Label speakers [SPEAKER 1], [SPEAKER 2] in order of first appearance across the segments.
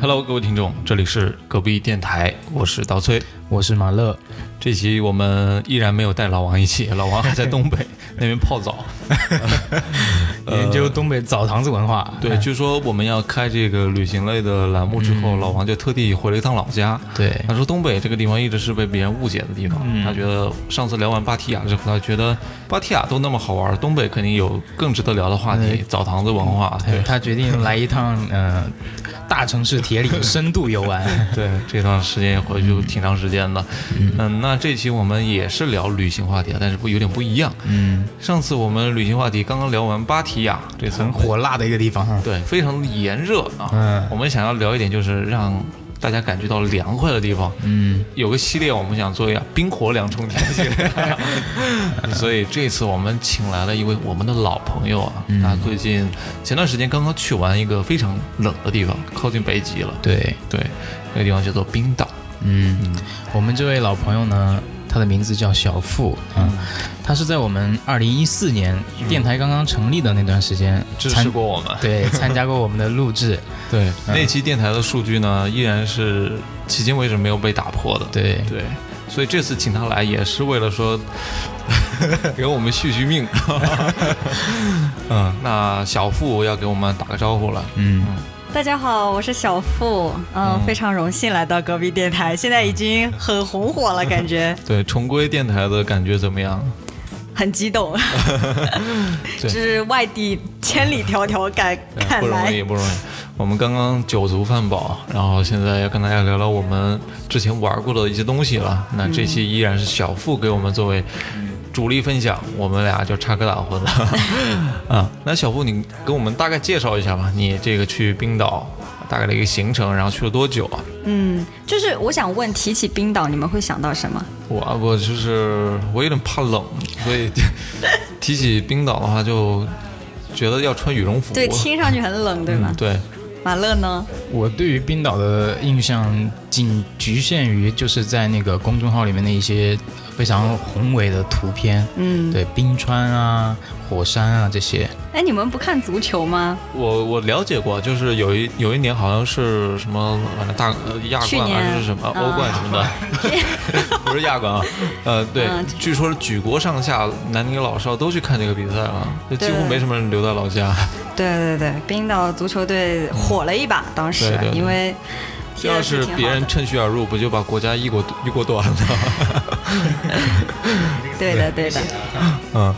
[SPEAKER 1] Hello，各位听众，这里是隔壁电台，我是刀崔。
[SPEAKER 2] 我是马乐，
[SPEAKER 1] 这期我们依然没有带老王一起，老王还在东 北那边泡澡。
[SPEAKER 2] 研究东北澡堂子文化。
[SPEAKER 1] 对，据说我们要开这个旅行类的栏目之后，老王就特地回了一趟老家。
[SPEAKER 2] 对
[SPEAKER 1] 他说东北这个地方一直是被别人误解的地方，他觉得上次聊完芭提雅之后，他觉得芭提雅都那么好玩，东北肯定有更值得聊的话题，澡堂子文化。对
[SPEAKER 2] 对，他决定来一趟呃大城市铁岭深度游玩。
[SPEAKER 1] 对，这段时间也回去挺长时间的。嗯，那这期我们也是聊旅行话题，啊，但是不有点不一样。
[SPEAKER 2] 嗯，
[SPEAKER 1] 上次我们旅行话题刚刚聊完芭提雅，这次我
[SPEAKER 2] 很
[SPEAKER 1] 们
[SPEAKER 2] 火辣的一个地方哈。
[SPEAKER 1] 对，非常炎热啊。
[SPEAKER 2] 嗯
[SPEAKER 1] 我们想要聊一点，就是让大家感觉到凉快的地方。嗯，有个系列我们想做一下冰火两重天系 列，所以这次我们请来了一位我们的老朋友啊，他最近前段时间刚刚去完一个非常冷的地方，靠近北极了。
[SPEAKER 2] 对，
[SPEAKER 1] 对，那个地方叫做冰岛。
[SPEAKER 2] 嗯，我们这位老朋友呢，他的名字叫小付啊，他是在我们二零一四年电台刚刚成立的那段时间
[SPEAKER 1] 支
[SPEAKER 2] 参
[SPEAKER 1] 持过我们，
[SPEAKER 2] 对参加过我们的录制。
[SPEAKER 1] 对那期电台的数据呢，依然是迄今为止没有被打破的。
[SPEAKER 2] 对，
[SPEAKER 1] 对，所以这次请他来也是为了说 给我们续续命。嗯，那小付要给我们打个招呼了。
[SPEAKER 2] 嗯，
[SPEAKER 3] 大家好，我是小付，嗯，非常荣幸来到隔壁电台，现在已经很红火了，感 觉
[SPEAKER 1] 对，重归电台的感觉怎么样？
[SPEAKER 3] 很激动，
[SPEAKER 1] 对
[SPEAKER 3] 是外地千里迢迢赶
[SPEAKER 1] 哎不
[SPEAKER 3] 赶
[SPEAKER 1] 容
[SPEAKER 3] 来
[SPEAKER 1] 易，，不容易。我们刚刚酒足饭饱，然后现在要跟大家聊聊我们之前玩过的一些东西了。那这期依然是小付给我们作为主力分享，我们俩就插科打诨 了。啊，那小付，你给我们大概介绍一下吧，你这个去冰岛大概的一个行程，然后去了多久啊？
[SPEAKER 3] 嗯，就是我想问，提起冰岛，你们会想到什么？
[SPEAKER 1] 我啊我就是我有点怕冷，所 以提起冰岛的话，就觉得要穿羽绒服。
[SPEAKER 3] 对，听上去很冷，对吗
[SPEAKER 1] 嗯？对，
[SPEAKER 3] 马乐呢？
[SPEAKER 2] 我对于冰岛的印象仅局限于就是在那个公众号里面的一些非常宏伟的图片，
[SPEAKER 3] 嗯，
[SPEAKER 2] 对冰川啊、火山啊这些。
[SPEAKER 3] 哎，你们不看足球吗？
[SPEAKER 1] 我我了解过，就是有一有一年好像是什么，反正大呃亚
[SPEAKER 3] 去
[SPEAKER 1] 冠
[SPEAKER 3] 年
[SPEAKER 1] 还是什么
[SPEAKER 3] 啊
[SPEAKER 1] 欧冠什么的， 不是亚冠啊，呃对
[SPEAKER 3] 嗯，
[SPEAKER 1] 据说是举国上下男女老少都去看这个比赛了，就几乎
[SPEAKER 3] 对
[SPEAKER 1] 没什么人留在老家。
[SPEAKER 3] 对对对，冰岛足球队火了一把，当时
[SPEAKER 1] 对对对
[SPEAKER 3] 因为踢
[SPEAKER 1] 要
[SPEAKER 3] 的
[SPEAKER 1] 是
[SPEAKER 3] 挺好
[SPEAKER 1] 别人
[SPEAKER 3] 的，
[SPEAKER 1] 趁虚而入，不就把国家一锅一锅端了？
[SPEAKER 3] 对的对 的，
[SPEAKER 1] 嗯，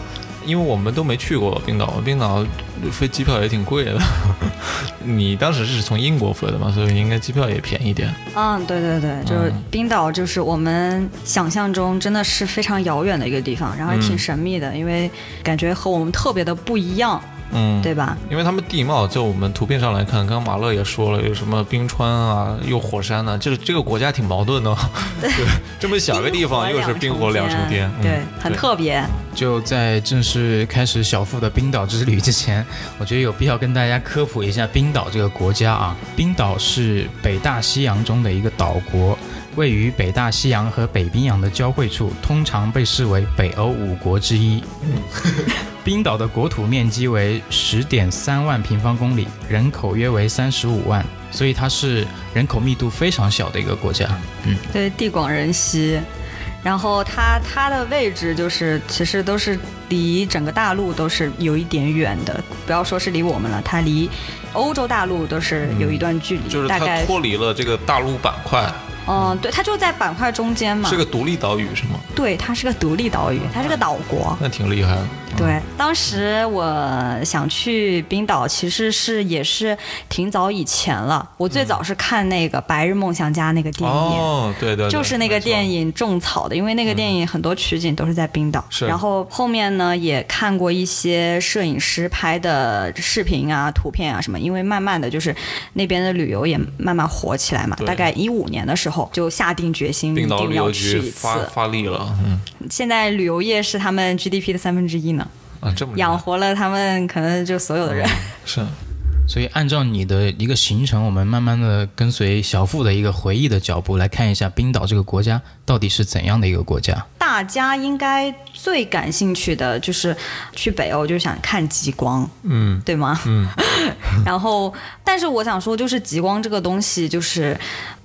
[SPEAKER 1] 因为我们都没去过冰岛，冰岛飞机票也挺贵的。 你当时是从英国飞的嘛，所以应该机票也便宜点。
[SPEAKER 3] 嗯，对对对，就是冰岛，就是我们想象中真的是非常遥远的一个地方，然后也挺神秘的，因为感觉和我们特别的不一样，
[SPEAKER 1] 嗯，
[SPEAKER 3] 对吧？
[SPEAKER 1] 因为他们地貌，就我们图片上来看，刚刚马乐也说了，有什么冰川啊，又火山呐、就是这个国家挺矛盾 的、对， 这么小个地方又是冰火两重天，嗯
[SPEAKER 3] 对，很特别。
[SPEAKER 2] 就在正式开始小付的冰岛之旅之前，我觉得有必要跟大家科普一下冰岛这个国家啊。冰岛是北大西洋中的一个岛国，位于北大西洋和北冰洋的交汇处，通常被视为北欧五国之一。冰岛的国土面积为十点三万平方公里，人口约为三十五万，所以它是人口密度非常小的一个国家。
[SPEAKER 3] 对，地广人稀。然后它它的位置就是，其实都是离整个大陆都是有一点远的，不要说是离我们了，它离欧洲大陆都是有一段距离，
[SPEAKER 1] 嗯就是
[SPEAKER 3] 大
[SPEAKER 1] 它
[SPEAKER 3] 概
[SPEAKER 1] 脱离了这个大陆板块，
[SPEAKER 3] 嗯，对，它就在板块中间嘛
[SPEAKER 1] 是。个独立岛屿是吗？
[SPEAKER 3] 对，它是个独立岛屿，它是个岛国。
[SPEAKER 1] 那挺厉害的。
[SPEAKER 3] 对，当时我想去冰岛，其实是也是挺早以前了。我最早是看那个《白日梦想家》那个电影。
[SPEAKER 1] 哦，对对对，
[SPEAKER 3] 就是那个电
[SPEAKER 1] 影。
[SPEAKER 3] 影种草的，因为那个电影很多取景都是在冰岛。
[SPEAKER 1] 是
[SPEAKER 3] 然后后面呢，也看过一些摄影师拍的视频啊、图片啊什么。因为慢慢的就是那边的旅游也慢慢火起来嘛
[SPEAKER 1] 对。
[SPEAKER 3] 大概一五年的时候就下定决心一
[SPEAKER 1] 冰岛
[SPEAKER 3] 定
[SPEAKER 1] 旅
[SPEAKER 3] 要
[SPEAKER 1] 游
[SPEAKER 3] 去
[SPEAKER 1] 局
[SPEAKER 3] 一次
[SPEAKER 1] 发。发力了，嗯
[SPEAKER 3] 现在旅游业是他们 GDP 的三分之一呢。
[SPEAKER 1] 啊，这么厉害嗯
[SPEAKER 3] 养活了他们可能就所有的人。
[SPEAKER 1] 是。
[SPEAKER 2] 所以按照你的一个行程，我们慢慢的跟随小付的一个回忆的脚步来看一下冰岛这个国家到底是怎样的一个国家。
[SPEAKER 3] 大家应该最感兴趣的就是去北欧，就是想看极光，
[SPEAKER 1] 嗯
[SPEAKER 3] 对吗？
[SPEAKER 1] 嗯，
[SPEAKER 3] 然后，但是我想说，就是极光这个东西，就是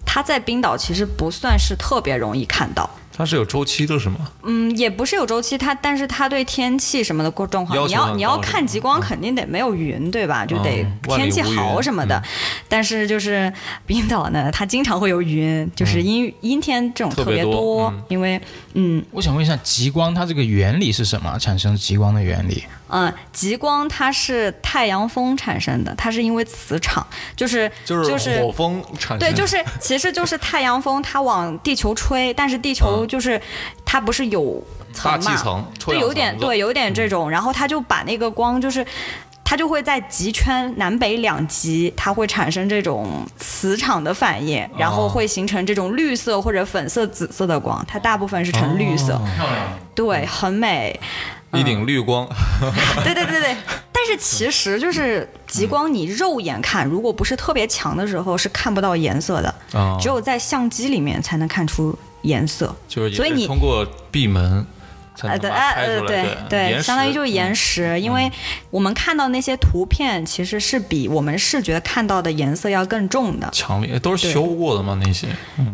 [SPEAKER 3] 它在冰岛其实不算是特别容易看到。
[SPEAKER 1] 它是有周期的，是吗？
[SPEAKER 3] 嗯，也不是有周期，它但是它对天气什么的过状况，
[SPEAKER 1] 要求
[SPEAKER 3] 你要
[SPEAKER 1] 很
[SPEAKER 3] 你要
[SPEAKER 1] 高是
[SPEAKER 3] 看
[SPEAKER 1] 吧
[SPEAKER 3] 极光，肯定得没有云，对吧？就得
[SPEAKER 1] 嗯万里
[SPEAKER 3] 天气
[SPEAKER 1] 无
[SPEAKER 3] 好
[SPEAKER 1] 云
[SPEAKER 3] 什么的。
[SPEAKER 1] 嗯
[SPEAKER 3] 但是就是冰岛呢，它经常会有云，就是阴、阴天这种
[SPEAKER 1] 嗯特
[SPEAKER 3] 特
[SPEAKER 1] 别
[SPEAKER 3] 别
[SPEAKER 1] 多
[SPEAKER 3] 多，
[SPEAKER 1] 嗯
[SPEAKER 3] 因为嗯。
[SPEAKER 2] 我想问一下，极光它这个原理是什么？产生极光的原理？
[SPEAKER 3] 嗯，极光它是太阳风产生的，它是因为磁场，就是
[SPEAKER 1] 就是
[SPEAKER 3] 就是
[SPEAKER 1] 火风产生，
[SPEAKER 3] 对，就是 其实就是太阳风它往地球吹，但是地球就是、它不是有层
[SPEAKER 1] 嗯大
[SPEAKER 3] 嘛，
[SPEAKER 1] 气层，啊臭
[SPEAKER 3] 对，
[SPEAKER 1] 氧
[SPEAKER 3] 有点
[SPEAKER 1] 层子
[SPEAKER 3] 对，，有点这种，然后它就把那个光就是。它就会在极圈南北两极，它会产生这种磁场的反应，然
[SPEAKER 1] 啊
[SPEAKER 3] 后会形成这种绿色或者粉色、紫色的光，它大部分是呈绿色，
[SPEAKER 2] 漂
[SPEAKER 1] 哦
[SPEAKER 2] 亮。
[SPEAKER 3] 对，很美。
[SPEAKER 1] 一顶绿光，
[SPEAKER 3] 对对对对，但是其实就是极光，你肉眼看，如果不是特别强的时候，是看不到颜色的，
[SPEAKER 1] 啊
[SPEAKER 3] 只有在相机里面才能看出颜色。
[SPEAKER 1] 就是也
[SPEAKER 3] 所以
[SPEAKER 1] 是
[SPEAKER 3] 你
[SPEAKER 1] 通过闭门才
[SPEAKER 3] 呃，
[SPEAKER 1] 能
[SPEAKER 3] 对，
[SPEAKER 1] 把它
[SPEAKER 3] 哎
[SPEAKER 1] 拍
[SPEAKER 3] 呃，
[SPEAKER 1] 出来
[SPEAKER 3] 对
[SPEAKER 1] 的，
[SPEAKER 3] 对，
[SPEAKER 1] 岩
[SPEAKER 3] 相当于
[SPEAKER 1] 石
[SPEAKER 3] 就是岩
[SPEAKER 1] 嗯
[SPEAKER 3] 石，因为我们看到那些图片，其实是比我们视觉看到的颜色要更重的，
[SPEAKER 1] 强烈都是
[SPEAKER 3] 对
[SPEAKER 1] 修过的嘛那些，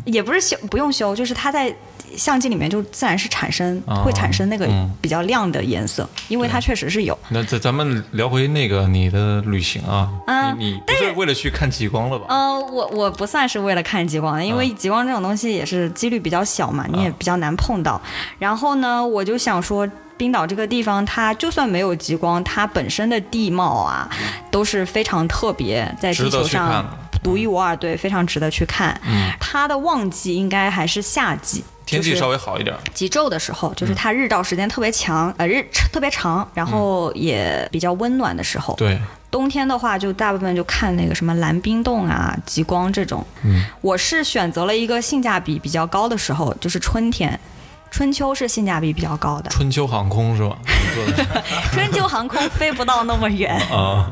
[SPEAKER 3] 也不是修不用修，就是它在。相机里面就自然是产生
[SPEAKER 1] 哦
[SPEAKER 3] 会产生那个
[SPEAKER 1] 嗯
[SPEAKER 3] 比较亮的颜色，因为它确实是有。
[SPEAKER 1] 那咱咱们聊回那个你的旅行啊，
[SPEAKER 3] 啊
[SPEAKER 1] 你你不是为了去看极光了吧？
[SPEAKER 3] 呃，我我不算是为了看极光的，因
[SPEAKER 1] 嗯
[SPEAKER 3] 为极光这种东西也是几率比较小嘛，你也比较难碰到。然后呢，我就想说。冰岛这个地方，它就算没有极光，它本身的地貌啊，都是非常特别，在
[SPEAKER 1] 嗯值
[SPEAKER 3] 地
[SPEAKER 1] 得
[SPEAKER 3] 球
[SPEAKER 1] 去看
[SPEAKER 3] 上独一无二，对，非常值得去看。
[SPEAKER 1] 嗯
[SPEAKER 3] 它的旺季应该还是夏季，
[SPEAKER 1] 天气
[SPEAKER 3] 就是
[SPEAKER 1] 稍微嗯好一点，
[SPEAKER 3] 极昼的时候，就是它日照时间特别强，呃，日特别长，
[SPEAKER 1] 嗯
[SPEAKER 3] 然后也比较温暖的时候。
[SPEAKER 1] 对，
[SPEAKER 3] 冬天的话，就大部分就看那个什么蓝冰洞啊、极光这种。
[SPEAKER 1] 嗯，，
[SPEAKER 3] 我是选择了一个性价比比较高的时候，就是春天。春秋是性价比比较高 的
[SPEAKER 1] 春秋航空是吧？你坐的是
[SPEAKER 3] 春秋航空飞不到那么远。
[SPEAKER 1] 啊，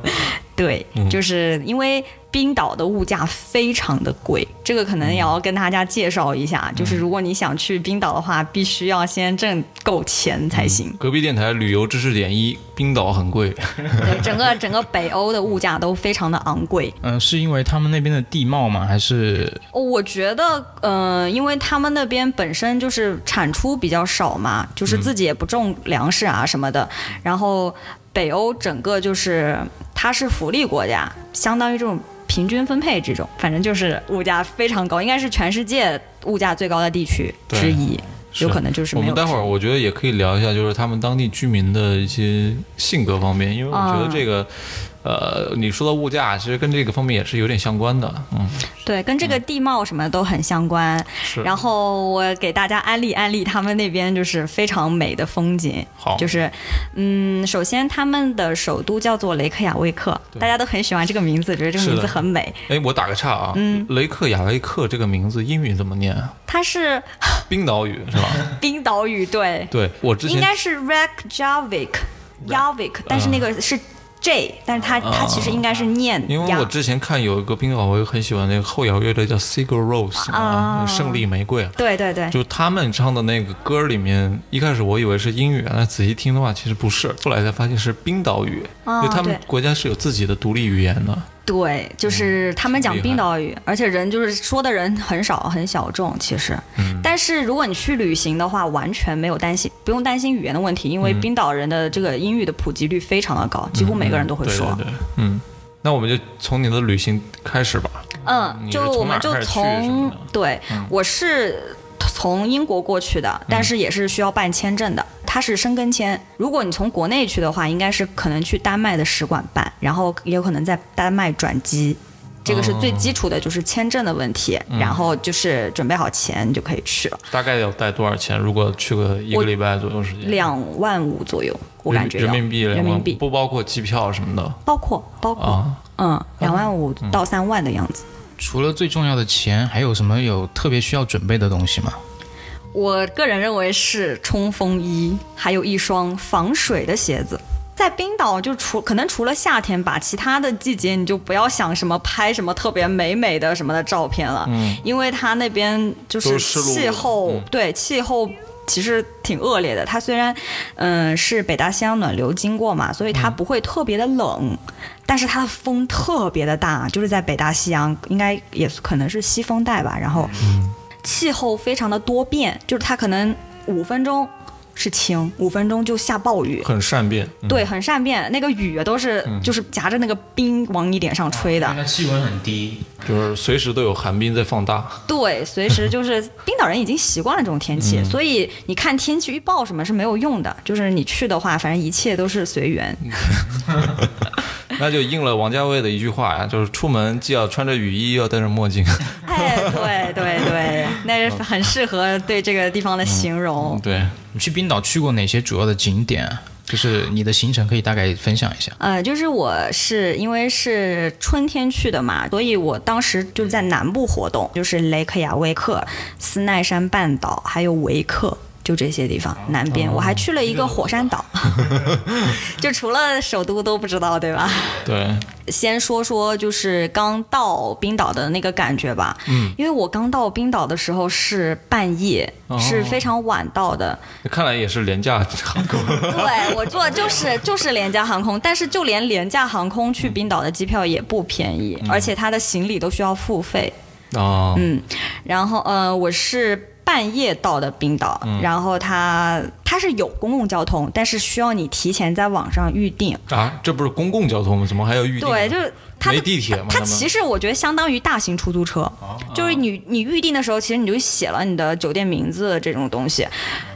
[SPEAKER 3] 对，就是因为冰岛的物价非常的贵，这个可能也要跟大家介绍一下。就是如果你想去冰岛的话，必须要先挣够钱 才行。
[SPEAKER 1] 隔壁电台旅游知识点一，冰岛很贵，
[SPEAKER 3] 对，整个整个北欧的物价都非常的昂贵。
[SPEAKER 2] 嗯、是因为他们那边的地貌吗？还是
[SPEAKER 3] 哦我觉得，呃，因为他们那边本身就是产出比较少嘛，就是
[SPEAKER 1] 嗯
[SPEAKER 3] 自己也不种粮食啊什么的。然后北欧整个就是它是福利国家，相当于这种平均分配这种，反正就是物价非常高，应该是全世界物价最高的地区之一，有
[SPEAKER 1] 是
[SPEAKER 3] 可能就是
[SPEAKER 1] 我
[SPEAKER 3] 没
[SPEAKER 1] 们
[SPEAKER 3] 有之一。
[SPEAKER 1] 待会儿我觉得也可以聊一下，就是他们当地居民的一些性格方面，因为我觉
[SPEAKER 3] 嗯
[SPEAKER 1] 得这个，呃，你说的物价其实跟这个方面也是有点相关的，嗯，
[SPEAKER 3] 对，跟这个地貌什么都很相关。
[SPEAKER 1] 是。
[SPEAKER 3] 然后我给大家安利安利他们那边就是非常美的风景，
[SPEAKER 1] 好，
[SPEAKER 3] 就是，嗯，首先他们的首都叫做雷克雅未克，
[SPEAKER 1] 对大
[SPEAKER 3] 大家都很喜欢这个名字，觉得这
[SPEAKER 1] 个
[SPEAKER 3] 个
[SPEAKER 1] 名
[SPEAKER 3] 名
[SPEAKER 1] 字是的
[SPEAKER 3] 字
[SPEAKER 1] 很
[SPEAKER 3] 很美。
[SPEAKER 1] 哎，我打个岔啊，
[SPEAKER 3] 嗯
[SPEAKER 1] 雷克雅未克这个名字英语怎么念啊？
[SPEAKER 3] 它是
[SPEAKER 1] 冰岛语是 吧？
[SPEAKER 3] 冰岛语，对，
[SPEAKER 1] 对我之
[SPEAKER 3] 应
[SPEAKER 1] 前
[SPEAKER 3] 该是 Reykjavik Javik，但
[SPEAKER 1] 嗯
[SPEAKER 3] 是那个是 J，但是它、它其实应该是念
[SPEAKER 1] 因为我
[SPEAKER 3] Ya。
[SPEAKER 1] 之前看有一个冰岛，我很喜欢那个后摇乐队叫 Sigur Rós 啊，胜利玫瑰啊。
[SPEAKER 3] 对对对，
[SPEAKER 1] 就他们唱的那个歌里面，一开始我以为是英语，但仔细听的话，其实不是。后来才发现是冰岛语，
[SPEAKER 3] 啊
[SPEAKER 1] 因为他们
[SPEAKER 3] 对
[SPEAKER 1] 国家是有自己的独立语言的。
[SPEAKER 3] 对，就是他们讲
[SPEAKER 1] 嗯厉害
[SPEAKER 3] 冰岛语，而且人就是说的人很少，很小众。其实，
[SPEAKER 1] 嗯
[SPEAKER 3] 但是如果你去旅行的话，完全没有担心，不用担心语言的问题，因
[SPEAKER 1] 嗯
[SPEAKER 3] 为冰岛人的这个英语的普及率非常的高，几乎每个人都会说。
[SPEAKER 1] 对对对，嗯。那我们就从你的旅行开始吧。
[SPEAKER 3] 嗯，
[SPEAKER 1] 你
[SPEAKER 3] 就是我
[SPEAKER 1] 从哪
[SPEAKER 3] 们
[SPEAKER 1] 儿
[SPEAKER 3] 就
[SPEAKER 1] 开始去什么的
[SPEAKER 3] 从
[SPEAKER 1] 嗯
[SPEAKER 3] 对，我是从英国过
[SPEAKER 1] 嗯
[SPEAKER 3] 去的，但是也是需要办签证的，它是申根签。如果你从国内去的话，应该是可能去丹麦的使馆办，然后也有可能在丹麦转机。这个是最基础的，就是签证的问题，
[SPEAKER 1] 嗯
[SPEAKER 3] 然后就是准备好钱，你就可以去了，
[SPEAKER 1] 大概要带多少钱？如果去个一个
[SPEAKER 3] 我
[SPEAKER 1] 礼拜左右时间，
[SPEAKER 3] 两万五左右，我
[SPEAKER 1] 人
[SPEAKER 3] 感觉要
[SPEAKER 1] 人民币，
[SPEAKER 3] 人民
[SPEAKER 1] 两万
[SPEAKER 3] 币
[SPEAKER 1] 不包括机票什么的
[SPEAKER 3] 包括包括、
[SPEAKER 1] 啊。
[SPEAKER 3] 嗯，两万五到三万的样子。
[SPEAKER 2] 除了最重要的钱，还有什么有特别需要准备的东西吗？
[SPEAKER 3] 我个人认为是冲锋衣，还有一双防水的鞋子。在冰岛就除可能除了夏天吧，其他的季节你就不要想什么拍什么特别美美的什么的照片了，
[SPEAKER 1] 嗯
[SPEAKER 3] 因为它那边就
[SPEAKER 1] 都
[SPEAKER 3] 是
[SPEAKER 1] 是湿漉漉的
[SPEAKER 3] 气候，
[SPEAKER 1] 嗯
[SPEAKER 3] 对气候。其实挺恶劣的，它虽然，嗯、是北大西洋暖流经过嘛，所以
[SPEAKER 1] 嗯
[SPEAKER 3] 它不会特别的冷，但是它的风特别的大，就是在北大西洋，应该也是可能是西风带吧，然后气候非常的多变，就是它可能五分钟是晴，五分钟就下暴雨，
[SPEAKER 1] 很善变。嗯、
[SPEAKER 3] 对，很善变。那个雨都是、就是夹着那个冰往你脸上吹的，
[SPEAKER 2] 它气温很低，
[SPEAKER 1] 就是随时都有寒冰在放大。
[SPEAKER 3] 对，随时就是冰岛人已经习惯了这种天气，所以你看天气预报什么是没有用的，就是你去的话，反正一切都是随缘。
[SPEAKER 1] 那就应了王家卫的一句话呀，就是出门既要穿着雨衣，又要戴着墨镜。
[SPEAKER 3] 哎，对对对，那是很适合对这个地方的形容。
[SPEAKER 1] 对，
[SPEAKER 2] 你去冰岛去过哪些主要的景点啊？就是你的行程可以大概分享一下。
[SPEAKER 3] 呃，就是我是因为是春天去的嘛，所以我当时就是在南部活动，就是雷克雅未克、斯奈山半岛还有维克。就这些地方，南边、我还去了一个火山岛，就除了首都都不知道，对吧？
[SPEAKER 1] 对，
[SPEAKER 3] 先说说就是刚到冰岛的那个感觉吧，嗯，因为我刚到冰岛的时候是半夜，
[SPEAKER 1] 哦
[SPEAKER 3] 是非常晚到的，
[SPEAKER 1] 看来也是廉价航空。
[SPEAKER 3] 对我坐就是就是廉价航空，但是就连廉价航空去冰岛的机票也不便宜，而且他的行李都需要付费。
[SPEAKER 1] 哦，
[SPEAKER 3] 嗯，然后呃，我是半夜到的冰岛，然后它它是有公共交通，但是需要你提前在网上预定。
[SPEAKER 1] 啊，这不是公共交通吗？怎么还要预定？
[SPEAKER 3] 对，就是它的
[SPEAKER 1] 没地铁吗
[SPEAKER 3] 它
[SPEAKER 1] 他们
[SPEAKER 3] 其实我觉得相当于大型出租车，
[SPEAKER 1] 哦
[SPEAKER 3] 就是你你预定的时候，其实你就写了你的酒店名字这种东西。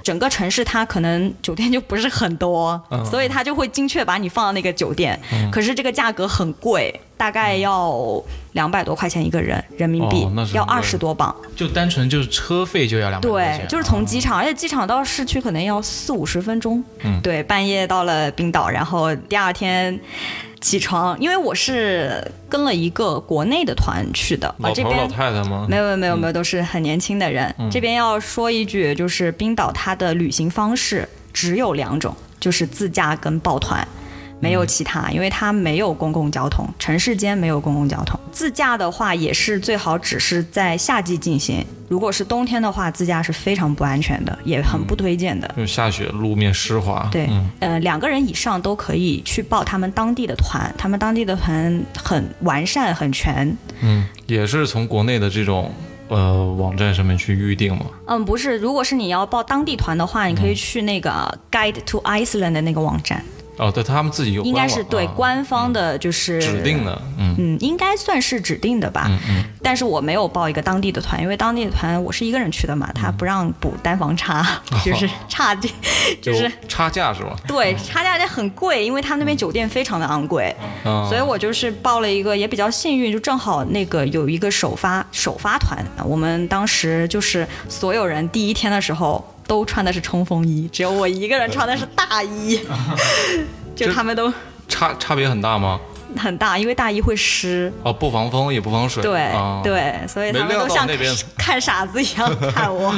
[SPEAKER 3] 整个城市它可能酒店就不是很多，
[SPEAKER 1] 嗯
[SPEAKER 3] 所以它就会精确把你放到那个酒店。可是这个价格很贵，大概要两百多块钱一个人人民币，
[SPEAKER 1] 嗯哦那是
[SPEAKER 3] 要
[SPEAKER 1] 很贵
[SPEAKER 3] 二十多磅。
[SPEAKER 2] 就单纯就是车费就要两百多块
[SPEAKER 3] 对
[SPEAKER 2] 钱，，嗯
[SPEAKER 3] 就是从机场，而且机场到市区可能要四五十分钟。
[SPEAKER 1] 嗯
[SPEAKER 3] 对，半夜到了冰岛，然后第二天起床，因为我是跟了一个国内的团去的，我
[SPEAKER 1] 老
[SPEAKER 3] 这
[SPEAKER 1] 头老
[SPEAKER 3] 边。
[SPEAKER 1] 太太吗？
[SPEAKER 3] 没有没有没有没有，都是很年轻的人。这边要说一句，就是冰岛它的旅行方式只有两种，就是自驾跟抱团，没有其他，因为它没有公共交通，城市间没有公共交通。自驾的话也是最好只是在夏季进行，如果是冬天的话，自驾是非常不安全的，也很不推荐的。
[SPEAKER 1] 就下雪，路面湿滑。
[SPEAKER 3] 对，
[SPEAKER 1] 嗯
[SPEAKER 3] 呃，两个人以上都可以去报他们当地的团，他们当地的团很完善、很全。
[SPEAKER 1] 嗯，也是从国内的这种呃网站上面去预定嘛。
[SPEAKER 3] 嗯，不是，如果是你要报当地团的话，你可
[SPEAKER 1] 嗯
[SPEAKER 3] 以去那个 Guide to Iceland 的那个网站，
[SPEAKER 1] 哦，对他们自己有
[SPEAKER 3] 应
[SPEAKER 1] 官网，
[SPEAKER 3] 该是对
[SPEAKER 1] 啊
[SPEAKER 3] 官方的，就是
[SPEAKER 1] 指定。的，嗯
[SPEAKER 3] 嗯，应该算是指定的吧，
[SPEAKER 1] 嗯嗯，
[SPEAKER 3] 但是我没有报一个当地的团，因为当地的团我是一个人去的嘛，
[SPEAKER 1] 嗯
[SPEAKER 3] 他不让补单房差，
[SPEAKER 1] 哦
[SPEAKER 3] 就是差这，就是
[SPEAKER 1] 有差价是吧？
[SPEAKER 3] 对差价也很贵，因为他们那边酒店非常的昂贵，
[SPEAKER 1] 啊，
[SPEAKER 3] 所以我就是报了一个也比较幸运，就正好那个有一个首发首发团，我们当时就是所有人第一天的时候都穿的是冲锋衣，只有我一个人穿的是大 衣，就他们都
[SPEAKER 1] 差差别很大吗？
[SPEAKER 3] 很大，因为大衣会湿。
[SPEAKER 1] 哦，不防风也不防水，
[SPEAKER 3] 对、
[SPEAKER 1] 啊、
[SPEAKER 3] 对，所以他们
[SPEAKER 1] 没料
[SPEAKER 3] 都
[SPEAKER 1] 到
[SPEAKER 3] 像
[SPEAKER 1] 那边
[SPEAKER 3] 看傻子一样看 我，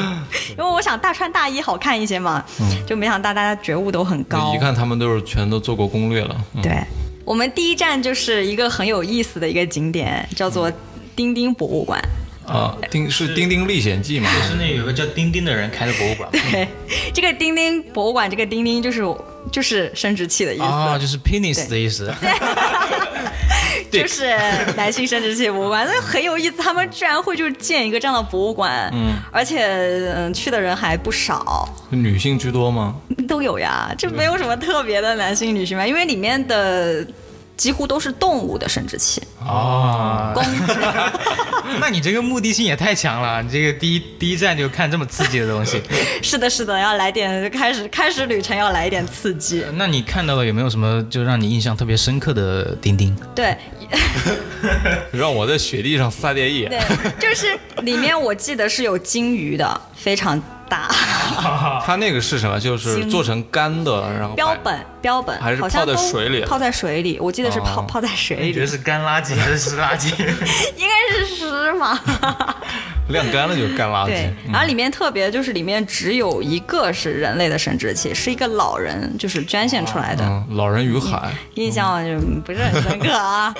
[SPEAKER 3] 因为我想大穿大衣好看一些嘛，就没想到大家觉悟都很高
[SPEAKER 1] 嗯一。看他们都是全都做过攻略了，嗯、
[SPEAKER 3] 对，我们第一站就是一个很有意思的一个景点，叫做丁丁博物馆。
[SPEAKER 1] 啊，丁是《丁丁历险记》嘛？
[SPEAKER 2] 是那有个叫丁丁的人开的博物馆
[SPEAKER 3] 对，这个丁丁博物馆，这个丁丁就是就是生殖器的意思，
[SPEAKER 2] 啊，就是 penis 的意思。
[SPEAKER 3] 就是男性生殖器博物馆，那 很有意思。他们居然会就是建一个这样的博物馆，嗯，而且嗯去的人还不少，
[SPEAKER 1] 女性居多吗？
[SPEAKER 3] 都有呀，这没有什么特别的男性女性吧，因为里面的。几乎都是动物的生殖 器，
[SPEAKER 2] 哦，哎
[SPEAKER 3] 公
[SPEAKER 2] 那你这个目的性也太强了，你这个第一第一站就看这么刺激的东 西。
[SPEAKER 3] 是的，是的，要来点开始开始旅程要来一点刺激。
[SPEAKER 2] 那你看到了有没有什么就让你印象特别深刻的丁丁？
[SPEAKER 3] 对，
[SPEAKER 1] 让我在雪地上撒点野，
[SPEAKER 3] 对，就是里面我记得是有金鱼的，非常大。
[SPEAKER 1] 它那个是什么？就是
[SPEAKER 3] 行
[SPEAKER 1] 做成干的，然后
[SPEAKER 3] 标
[SPEAKER 1] 摆
[SPEAKER 3] 本，标本
[SPEAKER 1] 还是
[SPEAKER 3] 好像
[SPEAKER 1] 泡在
[SPEAKER 3] 都
[SPEAKER 1] 水里的
[SPEAKER 3] 泡在水里，我记得是泡、
[SPEAKER 1] 哦
[SPEAKER 3] 哎泡在水里，
[SPEAKER 2] 是干垃圾还是湿垃圾？
[SPEAKER 3] 应该是湿嘛。
[SPEAKER 1] 晾干了就嗯干垃圾
[SPEAKER 3] 对。，然后里面特别就是里面只有一个是人类的生殖器，是一个老人就是捐献出来的，
[SPEAKER 1] 嗯，老人与海，
[SPEAKER 3] 印象就不是很深 刻啊。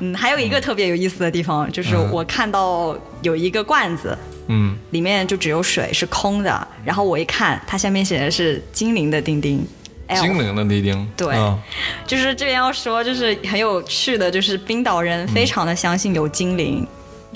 [SPEAKER 3] 嗯，还有一个特别有意思的地方，就是我看到有一个罐子，
[SPEAKER 1] 嗯，
[SPEAKER 3] 里面就只有水是空的，然后我一看，它下面写的是精灵的钉钉。Elf
[SPEAKER 1] 精灵的那丁，
[SPEAKER 3] 哎对
[SPEAKER 1] 嗯
[SPEAKER 3] 就是这边要说，就是很有趣的，就是冰岛
[SPEAKER 1] 嗯
[SPEAKER 3] 人非常的相信有精灵，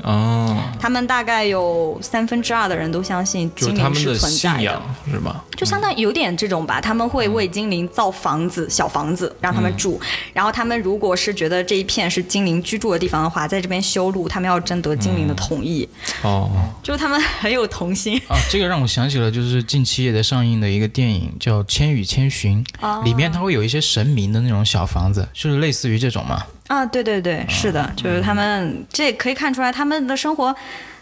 [SPEAKER 1] 哦，
[SPEAKER 3] 他们大概有三分之二的人都相信
[SPEAKER 1] 就
[SPEAKER 3] 精
[SPEAKER 1] 是他
[SPEAKER 3] 灵
[SPEAKER 1] 们
[SPEAKER 3] 是存
[SPEAKER 1] 信
[SPEAKER 3] 在的，
[SPEAKER 1] 仰嗯是吧？
[SPEAKER 3] 就相当于有点这种吧，他们会为精灵造房子、小房子让
[SPEAKER 1] 嗯
[SPEAKER 3] 他们住，然后他们如果是觉得这一片是精灵居住的地方的话，在这边修路，他们要征得精灵
[SPEAKER 1] 嗯
[SPEAKER 3] 的同意，
[SPEAKER 1] 哦，
[SPEAKER 3] 就他们很有童心。
[SPEAKER 2] 啊，这个让我想起了，就是近期也在上映的一个电影叫《千与千寻》，
[SPEAKER 3] 哦
[SPEAKER 2] 里面它会有一些神明的那种小房子，就是类似于这种嘛。
[SPEAKER 3] 啊，对对对，是的，就是
[SPEAKER 1] 嗯
[SPEAKER 3] 他们，这也可以看出来他们的生活。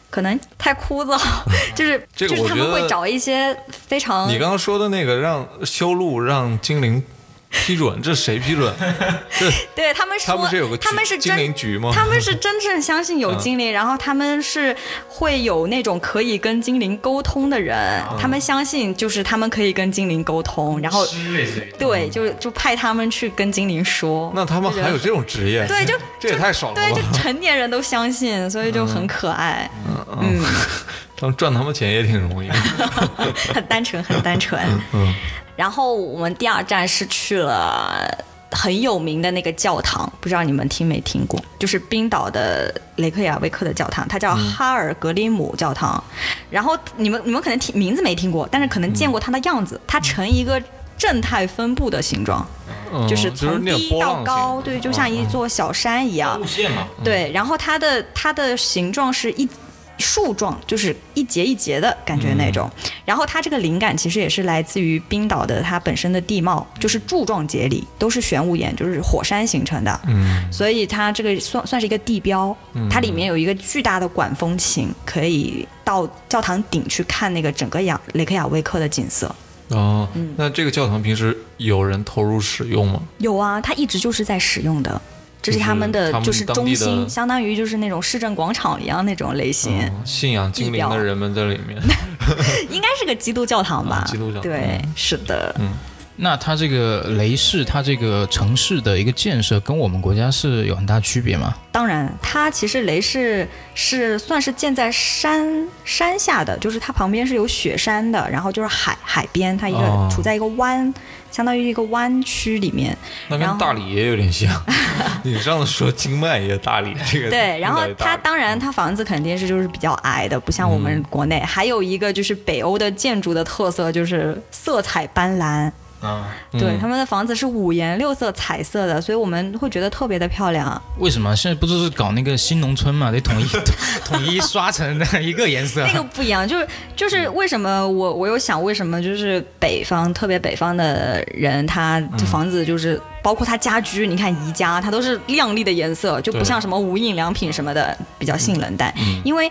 [SPEAKER 3] 可能太枯燥， 就是
[SPEAKER 1] 这个
[SPEAKER 3] 就是
[SPEAKER 1] 我
[SPEAKER 3] 他
[SPEAKER 1] 觉
[SPEAKER 3] 们
[SPEAKER 1] 得
[SPEAKER 3] 会找一些非常
[SPEAKER 1] 你刚刚说的那个让修路让精灵批准，这谁批 准？这
[SPEAKER 3] 对他们说，
[SPEAKER 1] 他们是有个局
[SPEAKER 3] 他们是
[SPEAKER 1] 精
[SPEAKER 3] 真
[SPEAKER 1] 灵局吗？啊
[SPEAKER 3] 他们是真正相信有精灵，然后他们是会有那种可以跟精灵沟通的人，
[SPEAKER 1] 啊
[SPEAKER 3] 他们相信就是他们可以跟精灵沟通，然后对，就就派他们去跟精灵说。
[SPEAKER 1] 那他们还有这种职业？
[SPEAKER 3] 对，就
[SPEAKER 1] 这也太爽了
[SPEAKER 3] 对，就
[SPEAKER 1] 吧！
[SPEAKER 3] 成年人都相信，所以就很可爱，嗯，
[SPEAKER 1] 他们赚他们钱也挺容 易。
[SPEAKER 3] 很单纯，很单纯。
[SPEAKER 1] 嗯，
[SPEAKER 3] 然后我们第二站是去了很有名的那个教堂，不知道你们听没听过？就是冰岛的雷克雅未克的教堂，它叫
[SPEAKER 1] 嗯
[SPEAKER 3] 哈尔格林姆教堂。然后你们你们可能听名字没听过，但是可能见过它的样子，它呈一个正态分布的形状，
[SPEAKER 1] 嗯
[SPEAKER 3] 就是
[SPEAKER 1] 就是
[SPEAKER 3] 从
[SPEAKER 1] 那种
[SPEAKER 3] 低
[SPEAKER 1] 波浪
[SPEAKER 3] 到
[SPEAKER 1] 形
[SPEAKER 3] 高，对，就像一座小山一样。
[SPEAKER 2] 线嘛，
[SPEAKER 1] 嗯
[SPEAKER 3] 对，然后它的它的形状是一树状，就是一节一节的感觉那种。
[SPEAKER 1] 嗯
[SPEAKER 3] 然后它这个灵感其实也是来自于冰岛的它本身的地貌，就是柱状节理都是玄武岩，就是火山形成的。
[SPEAKER 1] 嗯，
[SPEAKER 3] 所以它这个算算是一个地标，它里面有一个巨大的管风琴，可以到教堂顶去看那个整个雅雷克雅未克的景色。
[SPEAKER 1] 哦，
[SPEAKER 3] 嗯
[SPEAKER 1] 那这个教堂平时有人投入使用吗？
[SPEAKER 3] 有啊，它一直就是在使用的，这是
[SPEAKER 1] 就是
[SPEAKER 3] 他们的
[SPEAKER 1] 他们
[SPEAKER 3] 就是
[SPEAKER 1] 当地
[SPEAKER 3] 中
[SPEAKER 1] 的
[SPEAKER 3] 心，相当于就是那种市政广场一样那种类型。
[SPEAKER 1] 嗯信仰精灵的人们在里面，
[SPEAKER 3] 应该是个基督教堂
[SPEAKER 1] 啊
[SPEAKER 3] 吧？
[SPEAKER 1] 基督教堂
[SPEAKER 3] 对，是的，
[SPEAKER 2] 那它这个雷市，它这个城市的一个建设跟我们国家是有很大区别嘛？
[SPEAKER 3] 当然，它其实雷士是算是建在山山下的，就是它旁边是有雪山的，然后就是海海边，它一个、
[SPEAKER 1] 哦
[SPEAKER 3] 处在一个湾，相当于一个湾区里面。
[SPEAKER 1] 那
[SPEAKER 3] 然
[SPEAKER 1] 跟
[SPEAKER 3] 后
[SPEAKER 1] 大理也有点 像。你上次说经脉也大理，这个
[SPEAKER 3] 对，然后
[SPEAKER 1] 冰岛也大嗯
[SPEAKER 3] 它
[SPEAKER 1] 理
[SPEAKER 3] 当然它房子肯定是就是比较矮的，不像我们国内。还有一个就是北欧的建筑的特色就是色彩斑斓。
[SPEAKER 2] 啊，
[SPEAKER 3] 对，
[SPEAKER 1] 嗯
[SPEAKER 3] 他们的房子是五颜六色、彩色的，所以我们会觉得特别的漂亮。
[SPEAKER 2] 为什么现在不就是搞那个新农村嘛？得 统一统一刷成一个颜色。
[SPEAKER 3] 那个不一样，就是就是
[SPEAKER 1] 嗯
[SPEAKER 3] 为什么我我有想为什么就是北方特别北方的人，他
[SPEAKER 1] 嗯
[SPEAKER 3] 房子就是包括他家居，你看宜家，它都是亮丽的颜色，就不
[SPEAKER 1] 对
[SPEAKER 3] 像什么无印良品什么的比较性冷淡，
[SPEAKER 1] 嗯
[SPEAKER 3] 因为。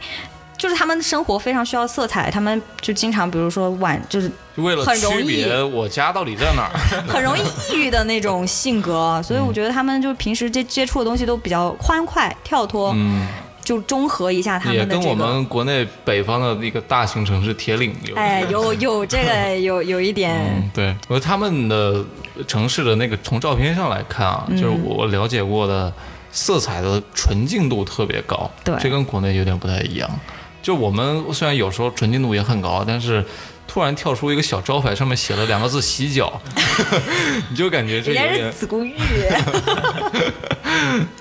[SPEAKER 3] 就是他们生活非常需要色彩，他们就经常，比如说晚，就是
[SPEAKER 1] 就为了
[SPEAKER 3] 很容
[SPEAKER 1] 区别我家到底在哪儿，
[SPEAKER 3] 很容易抑郁的那种性格，所以
[SPEAKER 1] 嗯
[SPEAKER 3] 我觉得他们就平时接接触的东西都比较欢快、跳脱，
[SPEAKER 1] 嗯，
[SPEAKER 3] 就中和一 下他
[SPEAKER 1] 也
[SPEAKER 3] 们的
[SPEAKER 1] 跟
[SPEAKER 3] 这个。
[SPEAKER 1] 我们国内北方的一个大型城市铁岭有。
[SPEAKER 3] 哎，有有这个有有一点，
[SPEAKER 1] 嗯，对，我觉得他们的城市的那个从照片上来看啊，
[SPEAKER 3] 嗯
[SPEAKER 1] 就是我了解过的色彩的纯净度特别高，
[SPEAKER 3] 对
[SPEAKER 1] 这跟国内有点不太一样。就我们虽然有时候纯净度也很高，但是突然跳出一个小招牌，上面写了两个字“洗脚”， 你就感觉这有
[SPEAKER 3] 人家
[SPEAKER 1] 点
[SPEAKER 3] 是 子宫玉，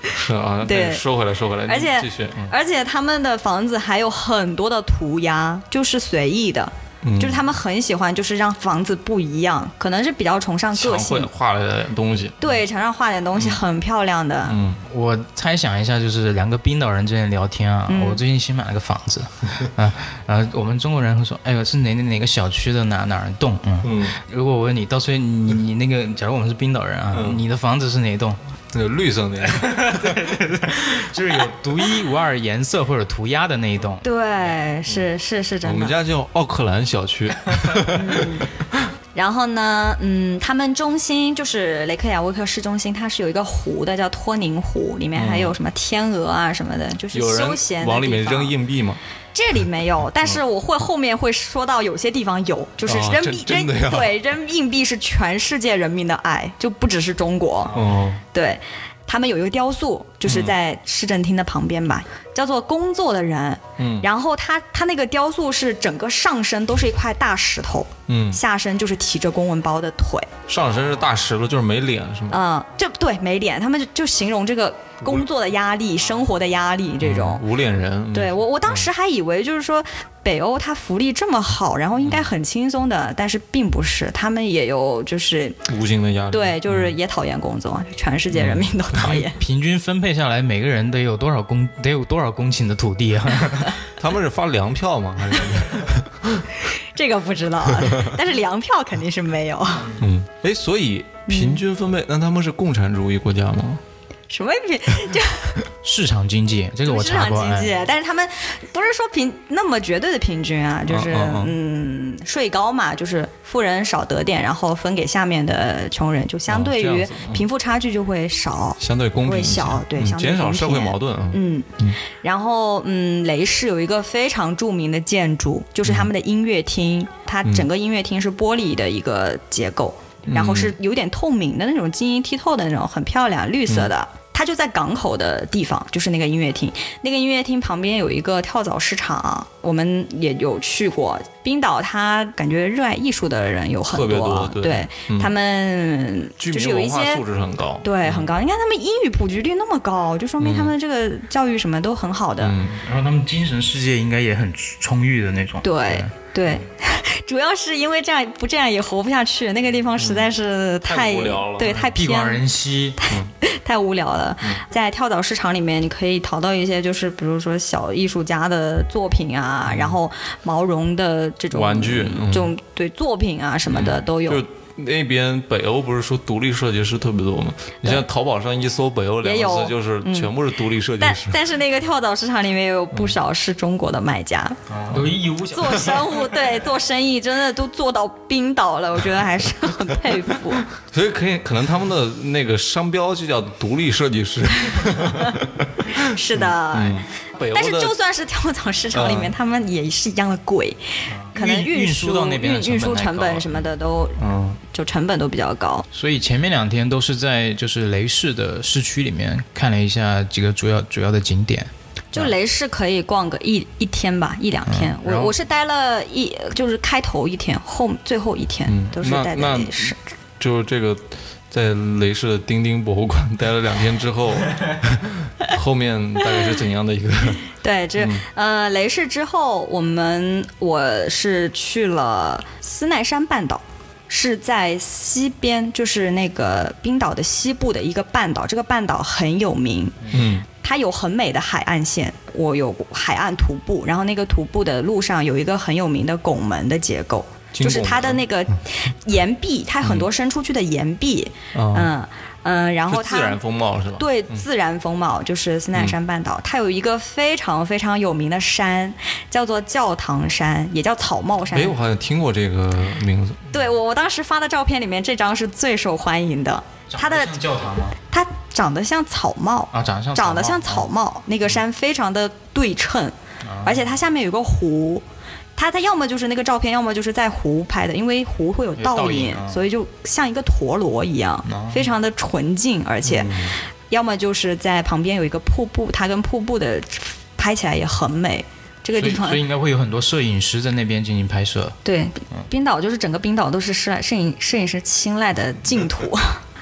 [SPEAKER 1] 是啊。
[SPEAKER 3] 对
[SPEAKER 1] 哎说回来，说回来，
[SPEAKER 3] 而且
[SPEAKER 1] 你继续，嗯
[SPEAKER 3] 而且他们的房子还有很多的涂鸦，就是随意的，
[SPEAKER 1] 嗯，
[SPEAKER 3] 就是他们很喜欢，就是让房子不一样，可能是比较崇尚个
[SPEAKER 1] 墙绘
[SPEAKER 3] 性。
[SPEAKER 1] 画了点东西，
[SPEAKER 3] 对，墙上画点东西，很漂亮的。
[SPEAKER 1] 嗯，
[SPEAKER 2] 我猜想一下，就是两个冰岛人之间聊天啊，
[SPEAKER 3] 嗯
[SPEAKER 2] 我最近新买了个房子， 啊，然后我们中国人会说，哎呦，是哪哪哪个小区的哪哪儿栋，嗯。
[SPEAKER 1] 嗯，
[SPEAKER 2] 如果我问你，到时候你你那个，假如我们是冰岛人啊，
[SPEAKER 1] 嗯
[SPEAKER 2] 你的房子是哪栋？
[SPEAKER 1] 那个绿色那
[SPEAKER 3] 嗯
[SPEAKER 1] 个，
[SPEAKER 2] 就是有独一无二颜色或者涂鸦的那一栋。
[SPEAKER 3] 对，是是是
[SPEAKER 1] 嗯我
[SPEAKER 3] 真
[SPEAKER 1] 们
[SPEAKER 3] 的。
[SPEAKER 1] 家叫奥克兰小区，
[SPEAKER 3] 然后呢，嗯，他们中心就是雷克雅未克市中心，它是有一个湖的，叫托宁湖，里面还有什么天鹅啊什么的，就是
[SPEAKER 1] 嗯有人
[SPEAKER 3] 休闲的
[SPEAKER 1] 往里面
[SPEAKER 3] 地方
[SPEAKER 1] 扔硬币吗？
[SPEAKER 3] 这里没有，但是我会后面会说到有些地方有，就是
[SPEAKER 1] 嗯哦
[SPEAKER 3] 扔
[SPEAKER 1] 真
[SPEAKER 3] 币、
[SPEAKER 1] 真的呀
[SPEAKER 3] 扔对扔硬币是全世界人民的 爱，就不只是中国。
[SPEAKER 1] 哦，
[SPEAKER 3] 对他们有一个雕塑，就是在市政厅的旁边吧，叫做“工作的人”。
[SPEAKER 1] 嗯
[SPEAKER 3] 然后他他那个雕塑是整个上身都是一块大石头，
[SPEAKER 1] 嗯，
[SPEAKER 3] 下身就是提着公文包的腿。
[SPEAKER 1] 上身是大石头，就是没脸是吗？
[SPEAKER 3] 嗯，这对没脸，他们就就形容这个工作的压
[SPEAKER 1] 嗯
[SPEAKER 3] 力、生活的压力这种。
[SPEAKER 1] 无脸人。嗯
[SPEAKER 3] 哦对我，我当时还以为就是说北欧它福利这么好，然后应
[SPEAKER 1] 嗯
[SPEAKER 3] 该很轻松的，但是并不是，他们也有就是
[SPEAKER 1] 无形的压力。
[SPEAKER 3] 对，就是
[SPEAKER 1] 嗯
[SPEAKER 3] 也讨厌工作，全世界人民都 讨厌。
[SPEAKER 2] 平均分配下来，每个人得有多少公得有多少公顷的土地啊？
[SPEAKER 1] 他们是发粮票吗？还是？
[SPEAKER 3] 这个不知道啊，但是粮票肯定是没有。
[SPEAKER 1] 嗯，哎，所以平均分
[SPEAKER 3] 嗯
[SPEAKER 1] 配，那他们是共产主义国家吗？
[SPEAKER 3] 什么平
[SPEAKER 2] 市场经济，这个我
[SPEAKER 3] 市
[SPEAKER 2] 查
[SPEAKER 3] 场
[SPEAKER 2] 过。
[SPEAKER 3] 经济
[SPEAKER 2] 哎，，
[SPEAKER 3] 但是他们不是说平那么绝对的平均啊，就是
[SPEAKER 1] 嗯嗯
[SPEAKER 3] 嗯，税高嘛，就是富人少得点，然后分给下面的穷人，就相
[SPEAKER 1] 哦
[SPEAKER 3] 对
[SPEAKER 1] 这样
[SPEAKER 3] 于
[SPEAKER 1] 子嗯
[SPEAKER 3] 贫富差距就会少。
[SPEAKER 1] 相对公平一些
[SPEAKER 3] 会小对
[SPEAKER 1] 嗯
[SPEAKER 3] 相对
[SPEAKER 1] 减少
[SPEAKER 3] 公平
[SPEAKER 1] 社会矛盾啊。
[SPEAKER 3] 嗯
[SPEAKER 1] 嗯，
[SPEAKER 3] 然后嗯，雷士有一个非常著名的建筑，就是他们的音乐厅，
[SPEAKER 1] 嗯
[SPEAKER 3] 它整个音乐厅是玻璃的一个结构，
[SPEAKER 1] 嗯
[SPEAKER 3] 然后是有点透明的那种晶莹剔透的那种，很漂亮，绿色的。
[SPEAKER 1] 嗯
[SPEAKER 3] 它就在港口的地方，就是那个音乐厅。那个音乐厅旁边有一个跳蚤市场，我们也有去过。冰岛，它感觉热爱艺术的人有很啊
[SPEAKER 1] 特别多对嗯
[SPEAKER 3] 他们
[SPEAKER 1] 居
[SPEAKER 3] 就是
[SPEAKER 1] 民
[SPEAKER 3] 有一
[SPEAKER 1] 文化
[SPEAKER 3] 些
[SPEAKER 1] 素质很高。
[SPEAKER 3] 对，很
[SPEAKER 1] 嗯
[SPEAKER 3] 高。你看他们英语普及率那么高，就说明他们这个教育什么都很好的。
[SPEAKER 1] 嗯，
[SPEAKER 2] 然后他们精神世界应该也很充裕的那种。
[SPEAKER 3] 对对， 主要是因为这样不这样也活不下去，那个地方实在是
[SPEAKER 1] 嗯太
[SPEAKER 3] 太、
[SPEAKER 1] 无聊了
[SPEAKER 3] 对，太
[SPEAKER 2] 地
[SPEAKER 3] 偏
[SPEAKER 2] 广
[SPEAKER 3] 了
[SPEAKER 2] 人稀，
[SPEAKER 3] 太无聊了。
[SPEAKER 1] 嗯
[SPEAKER 3] 在跳蚤市场里面，你可以淘到一些就是比如说小艺术家的作品啊，然后毛绒的这
[SPEAKER 1] 嗯
[SPEAKER 3] 种
[SPEAKER 1] 玩具嗯
[SPEAKER 3] 这种对作品啊什么的都有。
[SPEAKER 1] 就那边北欧不是说独立设计师特别多吗？你像淘宝上一搜“北欧”两
[SPEAKER 3] 也
[SPEAKER 1] 个
[SPEAKER 3] 有嗯
[SPEAKER 1] 字，就是全部是独立设计
[SPEAKER 3] 但
[SPEAKER 1] 师。
[SPEAKER 3] 但是那个跳蚤市场里面也有不
[SPEAKER 1] 嗯
[SPEAKER 3] 少是中国的卖家，
[SPEAKER 2] 有义嗯 无小
[SPEAKER 3] 做生物对做生意真的都做到冰岛了，我觉得还是很佩服。
[SPEAKER 1] 所以可以可能他们的那个商标就叫独立设计 师。
[SPEAKER 3] 是的，
[SPEAKER 2] 嗯
[SPEAKER 1] 北欧
[SPEAKER 3] 但是
[SPEAKER 1] 的
[SPEAKER 3] 就算是跳蚤市场里面，
[SPEAKER 1] 嗯
[SPEAKER 3] 他们也是一样的贵，可能
[SPEAKER 2] 运运
[SPEAKER 3] 输
[SPEAKER 2] 输到那边的
[SPEAKER 3] 运
[SPEAKER 2] 成本
[SPEAKER 3] 运输
[SPEAKER 2] 太
[SPEAKER 3] 成
[SPEAKER 2] 高
[SPEAKER 3] 本
[SPEAKER 2] 了嗯
[SPEAKER 3] 什么的都
[SPEAKER 1] 嗯
[SPEAKER 3] 就成本都比较高。
[SPEAKER 2] 所以前面两天都是在就是雷市的市区里面看了一下几个主要主要的景点，
[SPEAKER 3] 就雷士可以逛个一一天吧，一两天。
[SPEAKER 2] 嗯然后
[SPEAKER 3] 我我是待了一，就是开头一天，后最后一天、
[SPEAKER 1] 嗯
[SPEAKER 3] 都是
[SPEAKER 1] 那
[SPEAKER 3] 待
[SPEAKER 1] 那
[SPEAKER 3] 在雷士。
[SPEAKER 1] 就是这个，在雷士的丁丁博物馆待了两天之 后，后面大概是怎样的一个？
[SPEAKER 3] 对，这、
[SPEAKER 1] 嗯
[SPEAKER 3] 呃，雷士之后，我们我是去了斯奈山半岛，是在西边，就是那个冰岛的西部的一个半岛。这个半岛很有名，
[SPEAKER 1] 嗯
[SPEAKER 3] 它有很美的海岸线，我有海岸徒步，然后那个徒步的路上有一个很有名的拱门的结构，
[SPEAKER 1] 金
[SPEAKER 3] 就是
[SPEAKER 1] 拱
[SPEAKER 3] 它的
[SPEAKER 1] 门
[SPEAKER 3] 那 个岩壁，它很多伸出去的岩壁，
[SPEAKER 1] 啊，
[SPEAKER 3] 嗯嗯，然后
[SPEAKER 1] 是
[SPEAKER 3] 它
[SPEAKER 1] 自然风貌是吧？
[SPEAKER 3] 对自然风貌，就是斯奈山半岛，它有一个非常非常有名的山，叫做教堂山，也叫草帽山
[SPEAKER 1] 哎，。我好像听过这个名字。
[SPEAKER 3] 对我我当时发的照片里面，这张是最受欢迎的。它的
[SPEAKER 2] 教堂吗？
[SPEAKER 3] 它长得像草帽，
[SPEAKER 2] 啊，长得像嗯
[SPEAKER 3] 长得像草帽，那个山非常的对称，
[SPEAKER 2] 啊
[SPEAKER 3] 而且它下面有个湖。它它要么就是那个照片，要么就是在湖拍的，因为湖会有
[SPEAKER 2] 有
[SPEAKER 3] 倒
[SPEAKER 2] 倒
[SPEAKER 3] 影，
[SPEAKER 2] 影啊
[SPEAKER 3] 所以就像一个陀螺一样，
[SPEAKER 2] 啊嗯
[SPEAKER 3] 非常的纯净，而且要么就是在旁边有一个瀑布，它跟瀑布的拍起来也很美。这个
[SPEAKER 2] 所
[SPEAKER 3] 地
[SPEAKER 2] 以
[SPEAKER 3] 方
[SPEAKER 2] 所以应该会有很多摄影师在那边进行拍摄。
[SPEAKER 3] 对
[SPEAKER 2] 嗯
[SPEAKER 3] 冰岛就是整个冰岛都是摄摄影摄影师青睐的净土。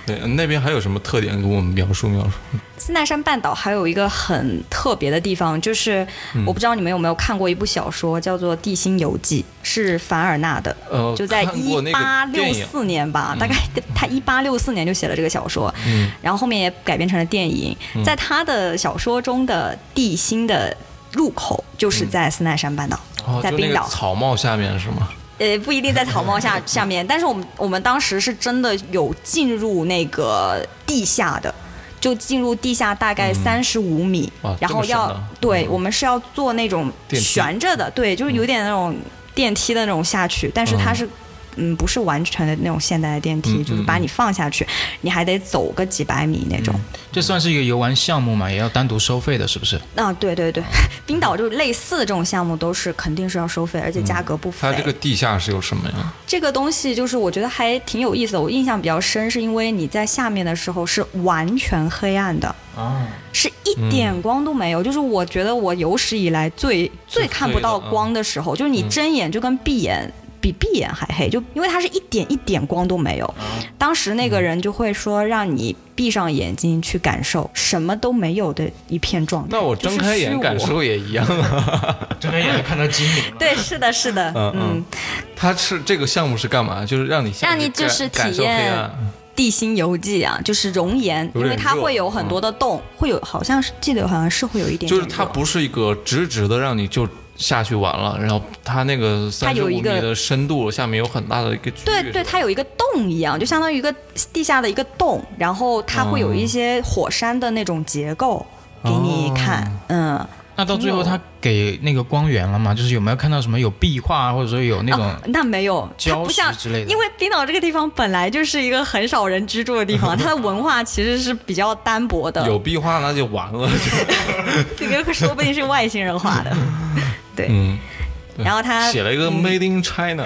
[SPEAKER 1] 对，那边还有什么特点？给我们描述描述。
[SPEAKER 3] 斯奈山半岛还有一个很特别的地方，就是
[SPEAKER 1] 嗯
[SPEAKER 3] 我不知道你们有没有看过一部小说，叫做《地心游记》，是凡尔纳的，
[SPEAKER 1] 呃，
[SPEAKER 3] 就在
[SPEAKER 1] 看过
[SPEAKER 3] 一
[SPEAKER 1] 那
[SPEAKER 3] 八
[SPEAKER 1] 个
[SPEAKER 3] 六
[SPEAKER 1] 电影，
[SPEAKER 3] 四年吧，大概他一八六四年就写了这个小说，
[SPEAKER 1] 嗯
[SPEAKER 3] 然后后面也改编成了电影。在他的小说中的地心的入口，
[SPEAKER 1] 嗯
[SPEAKER 3] 就是在斯奈山半岛，
[SPEAKER 1] 哦，
[SPEAKER 3] 在
[SPEAKER 1] 就那
[SPEAKER 3] 冰
[SPEAKER 1] 个
[SPEAKER 3] 岛。
[SPEAKER 1] 草帽下面是吗？
[SPEAKER 3] 呃，不一定在草 帽下下面，但是我们我们当时是真的有进入那个地下的，就进入地下大概三十五米，
[SPEAKER 1] 嗯哇
[SPEAKER 3] 然后
[SPEAKER 1] 这么深
[SPEAKER 3] 要
[SPEAKER 1] 的
[SPEAKER 3] 对、
[SPEAKER 1] 嗯
[SPEAKER 3] 我们是要坐那种
[SPEAKER 1] 电梯嗯
[SPEAKER 3] 悬着的，对，就是有点那种电梯的那种下去，但是它是嗯不是完全的那种现代的电梯，
[SPEAKER 1] 嗯
[SPEAKER 3] 就是把你放下去，你还得走个几百米那种。
[SPEAKER 2] 这算是一个游玩项目嘛，也要单独收费的，是不是？
[SPEAKER 1] 嗯
[SPEAKER 3] 啊，对对
[SPEAKER 1] 哦
[SPEAKER 3] 对，冰岛就是类似这种项目都是肯定是要收费，而且价格不菲。
[SPEAKER 1] 嗯它这个地下是有什么呀？
[SPEAKER 3] 这个东西就是我觉得还挺有意思的，我印象比较深，是因为你在下面的时候是完全黑暗的，
[SPEAKER 2] 啊，
[SPEAKER 3] 是一点光都没有。就是我觉得我有史以来最最看不到光的时候，就是你睁眼就跟闭眼。比闭眼还黑，就因为它是一点一点光都没有。当时那个人就会说，让你闭上眼睛去感受什么都没有的一片状态。
[SPEAKER 1] 那我
[SPEAKER 3] 就是
[SPEAKER 1] 睁开眼
[SPEAKER 3] 虚无
[SPEAKER 1] 感受也一样 啊。
[SPEAKER 2] 睁开眼就看到精灵了。
[SPEAKER 3] 对，是的，是的，
[SPEAKER 1] 嗯
[SPEAKER 3] 嗯
[SPEAKER 1] 嗯，它是这个项目是干嘛？就是让你下
[SPEAKER 3] 让
[SPEAKER 1] 去
[SPEAKER 3] 你就
[SPEAKER 1] 感
[SPEAKER 3] 是
[SPEAKER 1] 感
[SPEAKER 3] 体
[SPEAKER 1] 受黑
[SPEAKER 3] 验
[SPEAKER 1] 暗
[SPEAKER 3] 地心游记啊，就是熔岩，
[SPEAKER 1] 有
[SPEAKER 3] 因
[SPEAKER 1] 点
[SPEAKER 3] 为它
[SPEAKER 1] 热嗯
[SPEAKER 3] 会有很多的洞，会有好像是记得好像是会有一点点
[SPEAKER 1] 就
[SPEAKER 3] 热，
[SPEAKER 1] 是它不是一个直直的让你就下去玩了，然后它那个
[SPEAKER 3] 它
[SPEAKER 1] 三十
[SPEAKER 3] 有
[SPEAKER 1] 五
[SPEAKER 3] 一
[SPEAKER 1] 米
[SPEAKER 3] 个
[SPEAKER 1] 的深度下面有很大的一个区域
[SPEAKER 3] 对对，它有一个洞一样，就相当于一个地下的一个洞，然后它会有一些火山的那种结构给你看，
[SPEAKER 1] 哦
[SPEAKER 3] 嗯，
[SPEAKER 2] 那到最后他给那个光源了嘛？就是有没有看到什么有壁画，啊或者说有那种
[SPEAKER 3] 哦、那没有，它
[SPEAKER 2] 礁
[SPEAKER 3] 不像
[SPEAKER 2] 石之类的？
[SPEAKER 3] 因为冰岛这个地方本来就是一个很少人居住的地 方，它的文化其实是比较单薄的，
[SPEAKER 1] 有壁画那就完 了。
[SPEAKER 3] 这个说不定是外星 人画的。对，
[SPEAKER 1] 嗯，
[SPEAKER 3] 然后它
[SPEAKER 1] 写了一个 Made in China，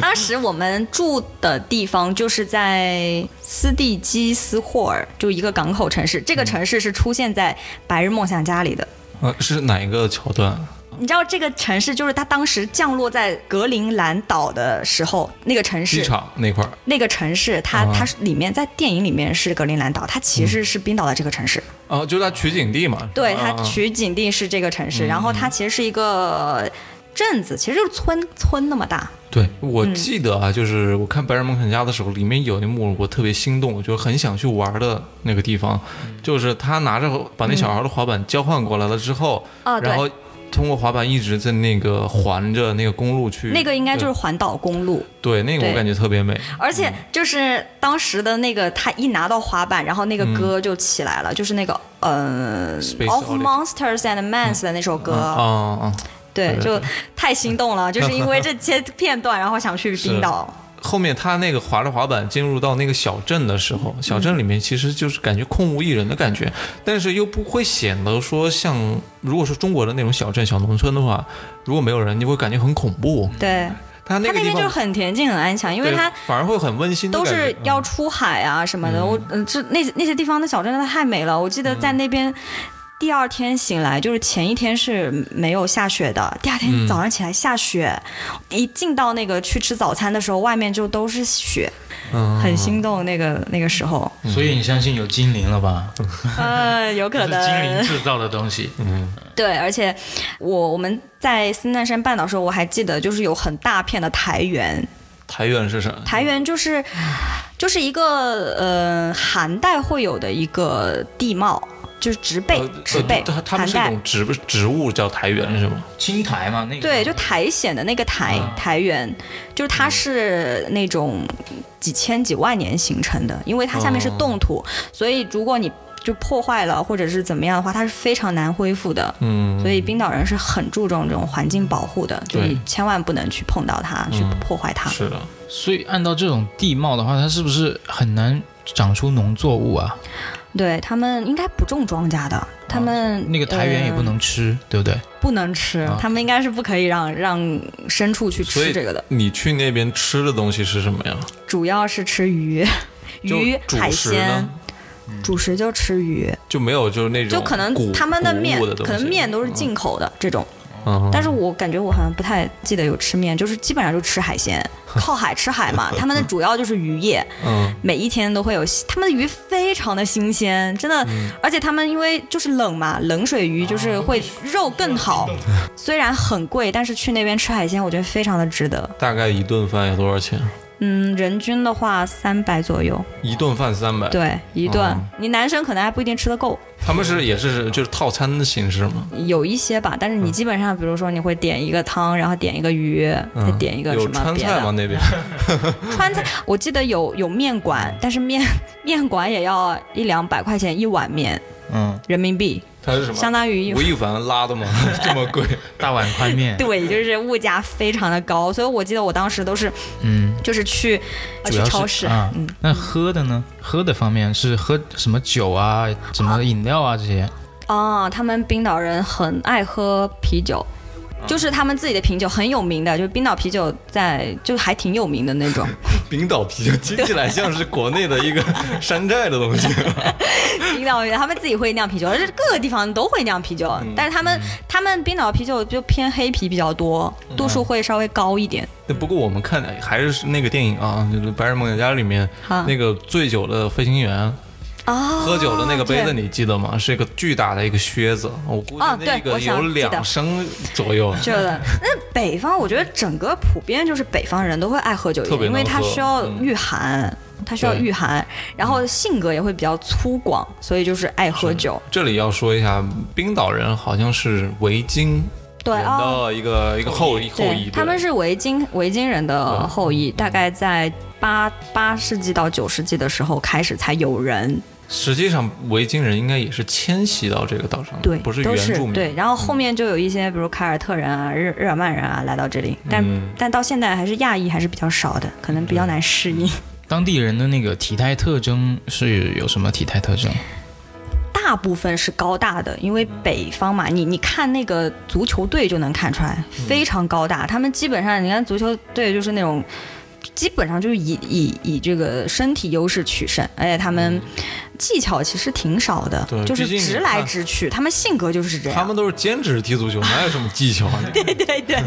[SPEAKER 3] 当时我们住的地方就是在斯蒂基斯霍尔，就一个港口城市。这个城市是出现在《白日梦想家》里的。
[SPEAKER 1] 啊是哪一个桥段？
[SPEAKER 3] 你知道这个城市，就是它当时降落在格陵兰岛的时候，那个城
[SPEAKER 1] 机
[SPEAKER 3] 市，
[SPEAKER 1] 场那块儿
[SPEAKER 3] 那个城市，它、
[SPEAKER 1] 啊
[SPEAKER 3] 它是里面在电影里面是格陵兰岛，它其实是冰岛的这个城市。
[SPEAKER 1] 啊，就是它取景地嘛。
[SPEAKER 3] 对，
[SPEAKER 1] 啊
[SPEAKER 3] 它取景地是这个城市，然后它其实是一个镇子，其实就是村村那么大。
[SPEAKER 1] 对，我
[SPEAKER 3] 嗯
[SPEAKER 1] 记得啊，就是我看《白日梦想家》的时候，里面有一幕我特别心动，我就是很想去玩的那个地方，
[SPEAKER 3] 嗯
[SPEAKER 1] 就是他拿着把那小孩的滑板交换过来了之后，
[SPEAKER 3] 啊对
[SPEAKER 1] 然后通过滑板一直在那个环着那个公路去，
[SPEAKER 3] 那个应该就是环岛公路。
[SPEAKER 1] 对对那个我
[SPEAKER 3] 对
[SPEAKER 1] 感觉特别美，
[SPEAKER 3] 而且就是当时的那个，他一拿到滑板，然后那个歌就起来了，就是那个呃
[SPEAKER 1] 嗯 Space
[SPEAKER 3] of
[SPEAKER 1] Oddity
[SPEAKER 3] Monsters and Men》s 的那首歌，
[SPEAKER 1] 啊啊！
[SPEAKER 3] 对，
[SPEAKER 1] 对
[SPEAKER 3] 就太心动 了，就是因为这些片段，然后想去冰岛。
[SPEAKER 1] 后面他那个滑着滑板进入到那个小镇的时
[SPEAKER 3] 嗯
[SPEAKER 1] 候，小镇里面其实就是感觉空无一人的感觉，但是又不会显得说像如果是中国的那种小镇、小农村的话，如果没有人，你会感觉很恐怖。
[SPEAKER 3] 对，
[SPEAKER 1] 他那
[SPEAKER 3] 他
[SPEAKER 1] 个
[SPEAKER 3] 那
[SPEAKER 1] 地
[SPEAKER 3] 边就是
[SPEAKER 1] 方
[SPEAKER 3] 很恬静、很安详，因为
[SPEAKER 1] 对
[SPEAKER 3] 他
[SPEAKER 1] 反而会很温馨的
[SPEAKER 3] 都
[SPEAKER 1] 感觉，
[SPEAKER 3] 是要出海啊什么的。我嗯，这那那些地方的小镇真的太美了。我记得在那边。第二天醒来，就是前一天是没有下雪的，第二天
[SPEAKER 1] 嗯
[SPEAKER 3] 早上起来下雪，一进到那个去吃早餐的时候，外面就都是雪，
[SPEAKER 1] 嗯
[SPEAKER 3] 很心动那个那个时候，
[SPEAKER 2] 所以你相信有精灵了吧？
[SPEAKER 3] 呃，有可
[SPEAKER 2] 这是精灵
[SPEAKER 3] 能，
[SPEAKER 2] 制造的东西。
[SPEAKER 1] 嗯
[SPEAKER 3] 对，而且我我们在斯奈山半岛的时候，我还记得就是有很大片的苔原，
[SPEAKER 1] 台原是啥？
[SPEAKER 3] 台原就是就是一个呃寒带会有的一个地貌，就是植被
[SPEAKER 1] 呃，
[SPEAKER 3] 植被
[SPEAKER 1] 呃它它们
[SPEAKER 3] 寒
[SPEAKER 1] 是一
[SPEAKER 3] 带
[SPEAKER 1] 种。植植物叫台原是吗？
[SPEAKER 2] 青苔嘛，那个
[SPEAKER 3] 对，就苔藓的那个苔
[SPEAKER 1] 嗯
[SPEAKER 3] 苔原，就是它是那种几千几万年形成的，因为它下面是
[SPEAKER 1] 哦
[SPEAKER 3] 冻土，所以如果你就破坏了或者是怎么样的话，它是非常难恢复的。
[SPEAKER 1] 嗯，
[SPEAKER 3] 所以冰岛人是很注重这种环境保护的，就
[SPEAKER 1] 对嗯
[SPEAKER 3] 你千万不能去碰到它，去破坏它。
[SPEAKER 1] 是的，
[SPEAKER 2] 所以按照这种地貌的话，它是不是很难长出农作物啊？
[SPEAKER 3] 对他们应该不种庄稼
[SPEAKER 1] 啊
[SPEAKER 3] 的，他们、
[SPEAKER 2] 那个苔原也不
[SPEAKER 3] 呃
[SPEAKER 2] 能吃，对不对？
[SPEAKER 3] 不能吃
[SPEAKER 2] 啊，
[SPEAKER 3] 他们应该是不可以让让牲畜去
[SPEAKER 1] 所
[SPEAKER 3] 吃
[SPEAKER 1] 以
[SPEAKER 3] 这个的，
[SPEAKER 1] 你去那边吃的东西是什么呀？
[SPEAKER 3] 主要是吃鱼、
[SPEAKER 1] 就
[SPEAKER 3] 鱼、
[SPEAKER 1] 主
[SPEAKER 3] 海
[SPEAKER 1] 食呢
[SPEAKER 3] 鲜，，主食就吃鱼，
[SPEAKER 1] 就没有就是那种
[SPEAKER 3] 就可能
[SPEAKER 1] 谷
[SPEAKER 3] 他们的
[SPEAKER 1] 谷
[SPEAKER 3] 面
[SPEAKER 1] 物的东西
[SPEAKER 3] 可能面都是进口的这种，
[SPEAKER 1] 嗯，嗯
[SPEAKER 3] 但是我感觉我好像不太记得有吃面，就是基本上就吃海 鲜，靠海吃海嘛，他们的主要就是渔业，
[SPEAKER 1] 嗯
[SPEAKER 3] 每一天都会有新，他们的鱼非常的新鲜，真的，
[SPEAKER 1] 嗯
[SPEAKER 3] 而且他们因为就是冷嘛，冷水鱼就是
[SPEAKER 1] 啊
[SPEAKER 3] 会肉更 好，虽然很贵，但是去那边吃海鲜，我觉得非常的值得。
[SPEAKER 1] 大概一顿饭要多少钱？
[SPEAKER 3] 嗯，人均的话三百左右，
[SPEAKER 1] 一顿饭三百，
[SPEAKER 3] 对，一顿。
[SPEAKER 1] 哦
[SPEAKER 3] 你男生可能还不一定吃得够，
[SPEAKER 1] 他们是也是就是套餐的形式吗？
[SPEAKER 3] 有一些吧，但是你基本上，比如说你会点一个汤，然后点一个鱼，再
[SPEAKER 1] 嗯，
[SPEAKER 3] 点一个
[SPEAKER 1] 有
[SPEAKER 3] 什么
[SPEAKER 1] 川
[SPEAKER 3] 别
[SPEAKER 1] 菜吗？
[SPEAKER 3] 的。
[SPEAKER 1] 那边
[SPEAKER 3] 川菜，我记得有有面 馆，但是面面馆也要一两百块钱一碗面
[SPEAKER 2] 嗯，
[SPEAKER 3] 人民币，
[SPEAKER 1] 它是什么？
[SPEAKER 3] 相当于
[SPEAKER 1] 吴亦凡拉 的吗？这么贵？
[SPEAKER 2] 大碗宽面，
[SPEAKER 3] 对，就是物价非常的高，所以我记得我当时都是
[SPEAKER 2] 嗯，
[SPEAKER 3] 就是去呃
[SPEAKER 2] 主
[SPEAKER 3] 去
[SPEAKER 2] 要
[SPEAKER 3] 超
[SPEAKER 2] 是
[SPEAKER 3] 市，
[SPEAKER 2] 啊
[SPEAKER 3] 嗯，
[SPEAKER 2] 那喝的呢？喝的方面是喝什么酒啊，什么饮料啊这些？
[SPEAKER 3] 哦，他们冰岛人很爱喝啤酒。
[SPEAKER 1] 啊
[SPEAKER 3] 就是他们自己的啤酒很有名的，就是冰岛啤酒在就还挺有名的那 种，
[SPEAKER 1] 冰岛啤酒听起来像是国内的一个山寨的东西。
[SPEAKER 3] 冰岛人他们自己会酿啤酒，而且各个地方都会酿啤酒，
[SPEAKER 1] 嗯
[SPEAKER 3] 但是他们、他们冰岛啤酒就偏黑啤比较多，
[SPEAKER 1] 嗯
[SPEAKER 3] 度数会稍微高一点。
[SPEAKER 1] 不过我们看的还是那个电影啊，就是《白日梦想家》里面
[SPEAKER 3] 啊
[SPEAKER 1] 那个醉酒的飞行员，
[SPEAKER 3] 啊，
[SPEAKER 1] 喝酒的那个杯子，
[SPEAKER 3] 哦对
[SPEAKER 1] 你记得吗？是一个巨大的一个靴子，我估计
[SPEAKER 3] 啊
[SPEAKER 1] 那
[SPEAKER 3] 对
[SPEAKER 1] 个
[SPEAKER 3] 我想
[SPEAKER 1] 有
[SPEAKER 3] 记得
[SPEAKER 1] 两升左右。
[SPEAKER 3] 就那北方，我觉得整个普遍就是北方人都会爱喝酒
[SPEAKER 1] 特别
[SPEAKER 3] 因为
[SPEAKER 1] 能
[SPEAKER 3] 他
[SPEAKER 1] 喝
[SPEAKER 3] 需要
[SPEAKER 1] 嗯
[SPEAKER 3] 御寒，他需要
[SPEAKER 1] 对
[SPEAKER 3] 御寒，然后性格也会比较粗犷，所以就是爱喝酒。
[SPEAKER 1] 这里要说一下，冰岛人好像是维京
[SPEAKER 3] 对
[SPEAKER 1] 人
[SPEAKER 3] 哦，
[SPEAKER 1] 的一个一个后裔后裔嗯
[SPEAKER 3] 对，，他们是维京维京人的后裔，大概在八八世纪到九世纪的时候开始才有
[SPEAKER 1] 嗯
[SPEAKER 3] 人，
[SPEAKER 1] 实际上维京人应该也是迁徙到这个岛上的，
[SPEAKER 3] 对，
[SPEAKER 1] 不是
[SPEAKER 3] 都
[SPEAKER 1] 原
[SPEAKER 3] 是
[SPEAKER 1] 住民。嗯
[SPEAKER 3] 对，然后后面就有一些比如凯尔特人啊、日日耳曼人啊来到这里，但、
[SPEAKER 1] 嗯
[SPEAKER 3] 但到现在还是亚裔还是比较少的，可能比较难适应。
[SPEAKER 2] 当地人的那个体态特征是有什么体态特征？
[SPEAKER 3] 大部分是高大的，因为北方嘛，你你看那个足球队就能看出来，非常高大。他们基本上，你看足球队就是那种，基本上就是以以以这个身体优势取胜，而且他们技巧其实挺少的
[SPEAKER 1] 对，
[SPEAKER 3] 就是
[SPEAKER 1] 毕竟
[SPEAKER 3] 直
[SPEAKER 1] 你
[SPEAKER 3] 来
[SPEAKER 1] 看
[SPEAKER 3] 直去，他们性格就是这样。
[SPEAKER 1] 他们都是兼职踢足球，哪有什么技巧啊？对，
[SPEAKER 3] 对对，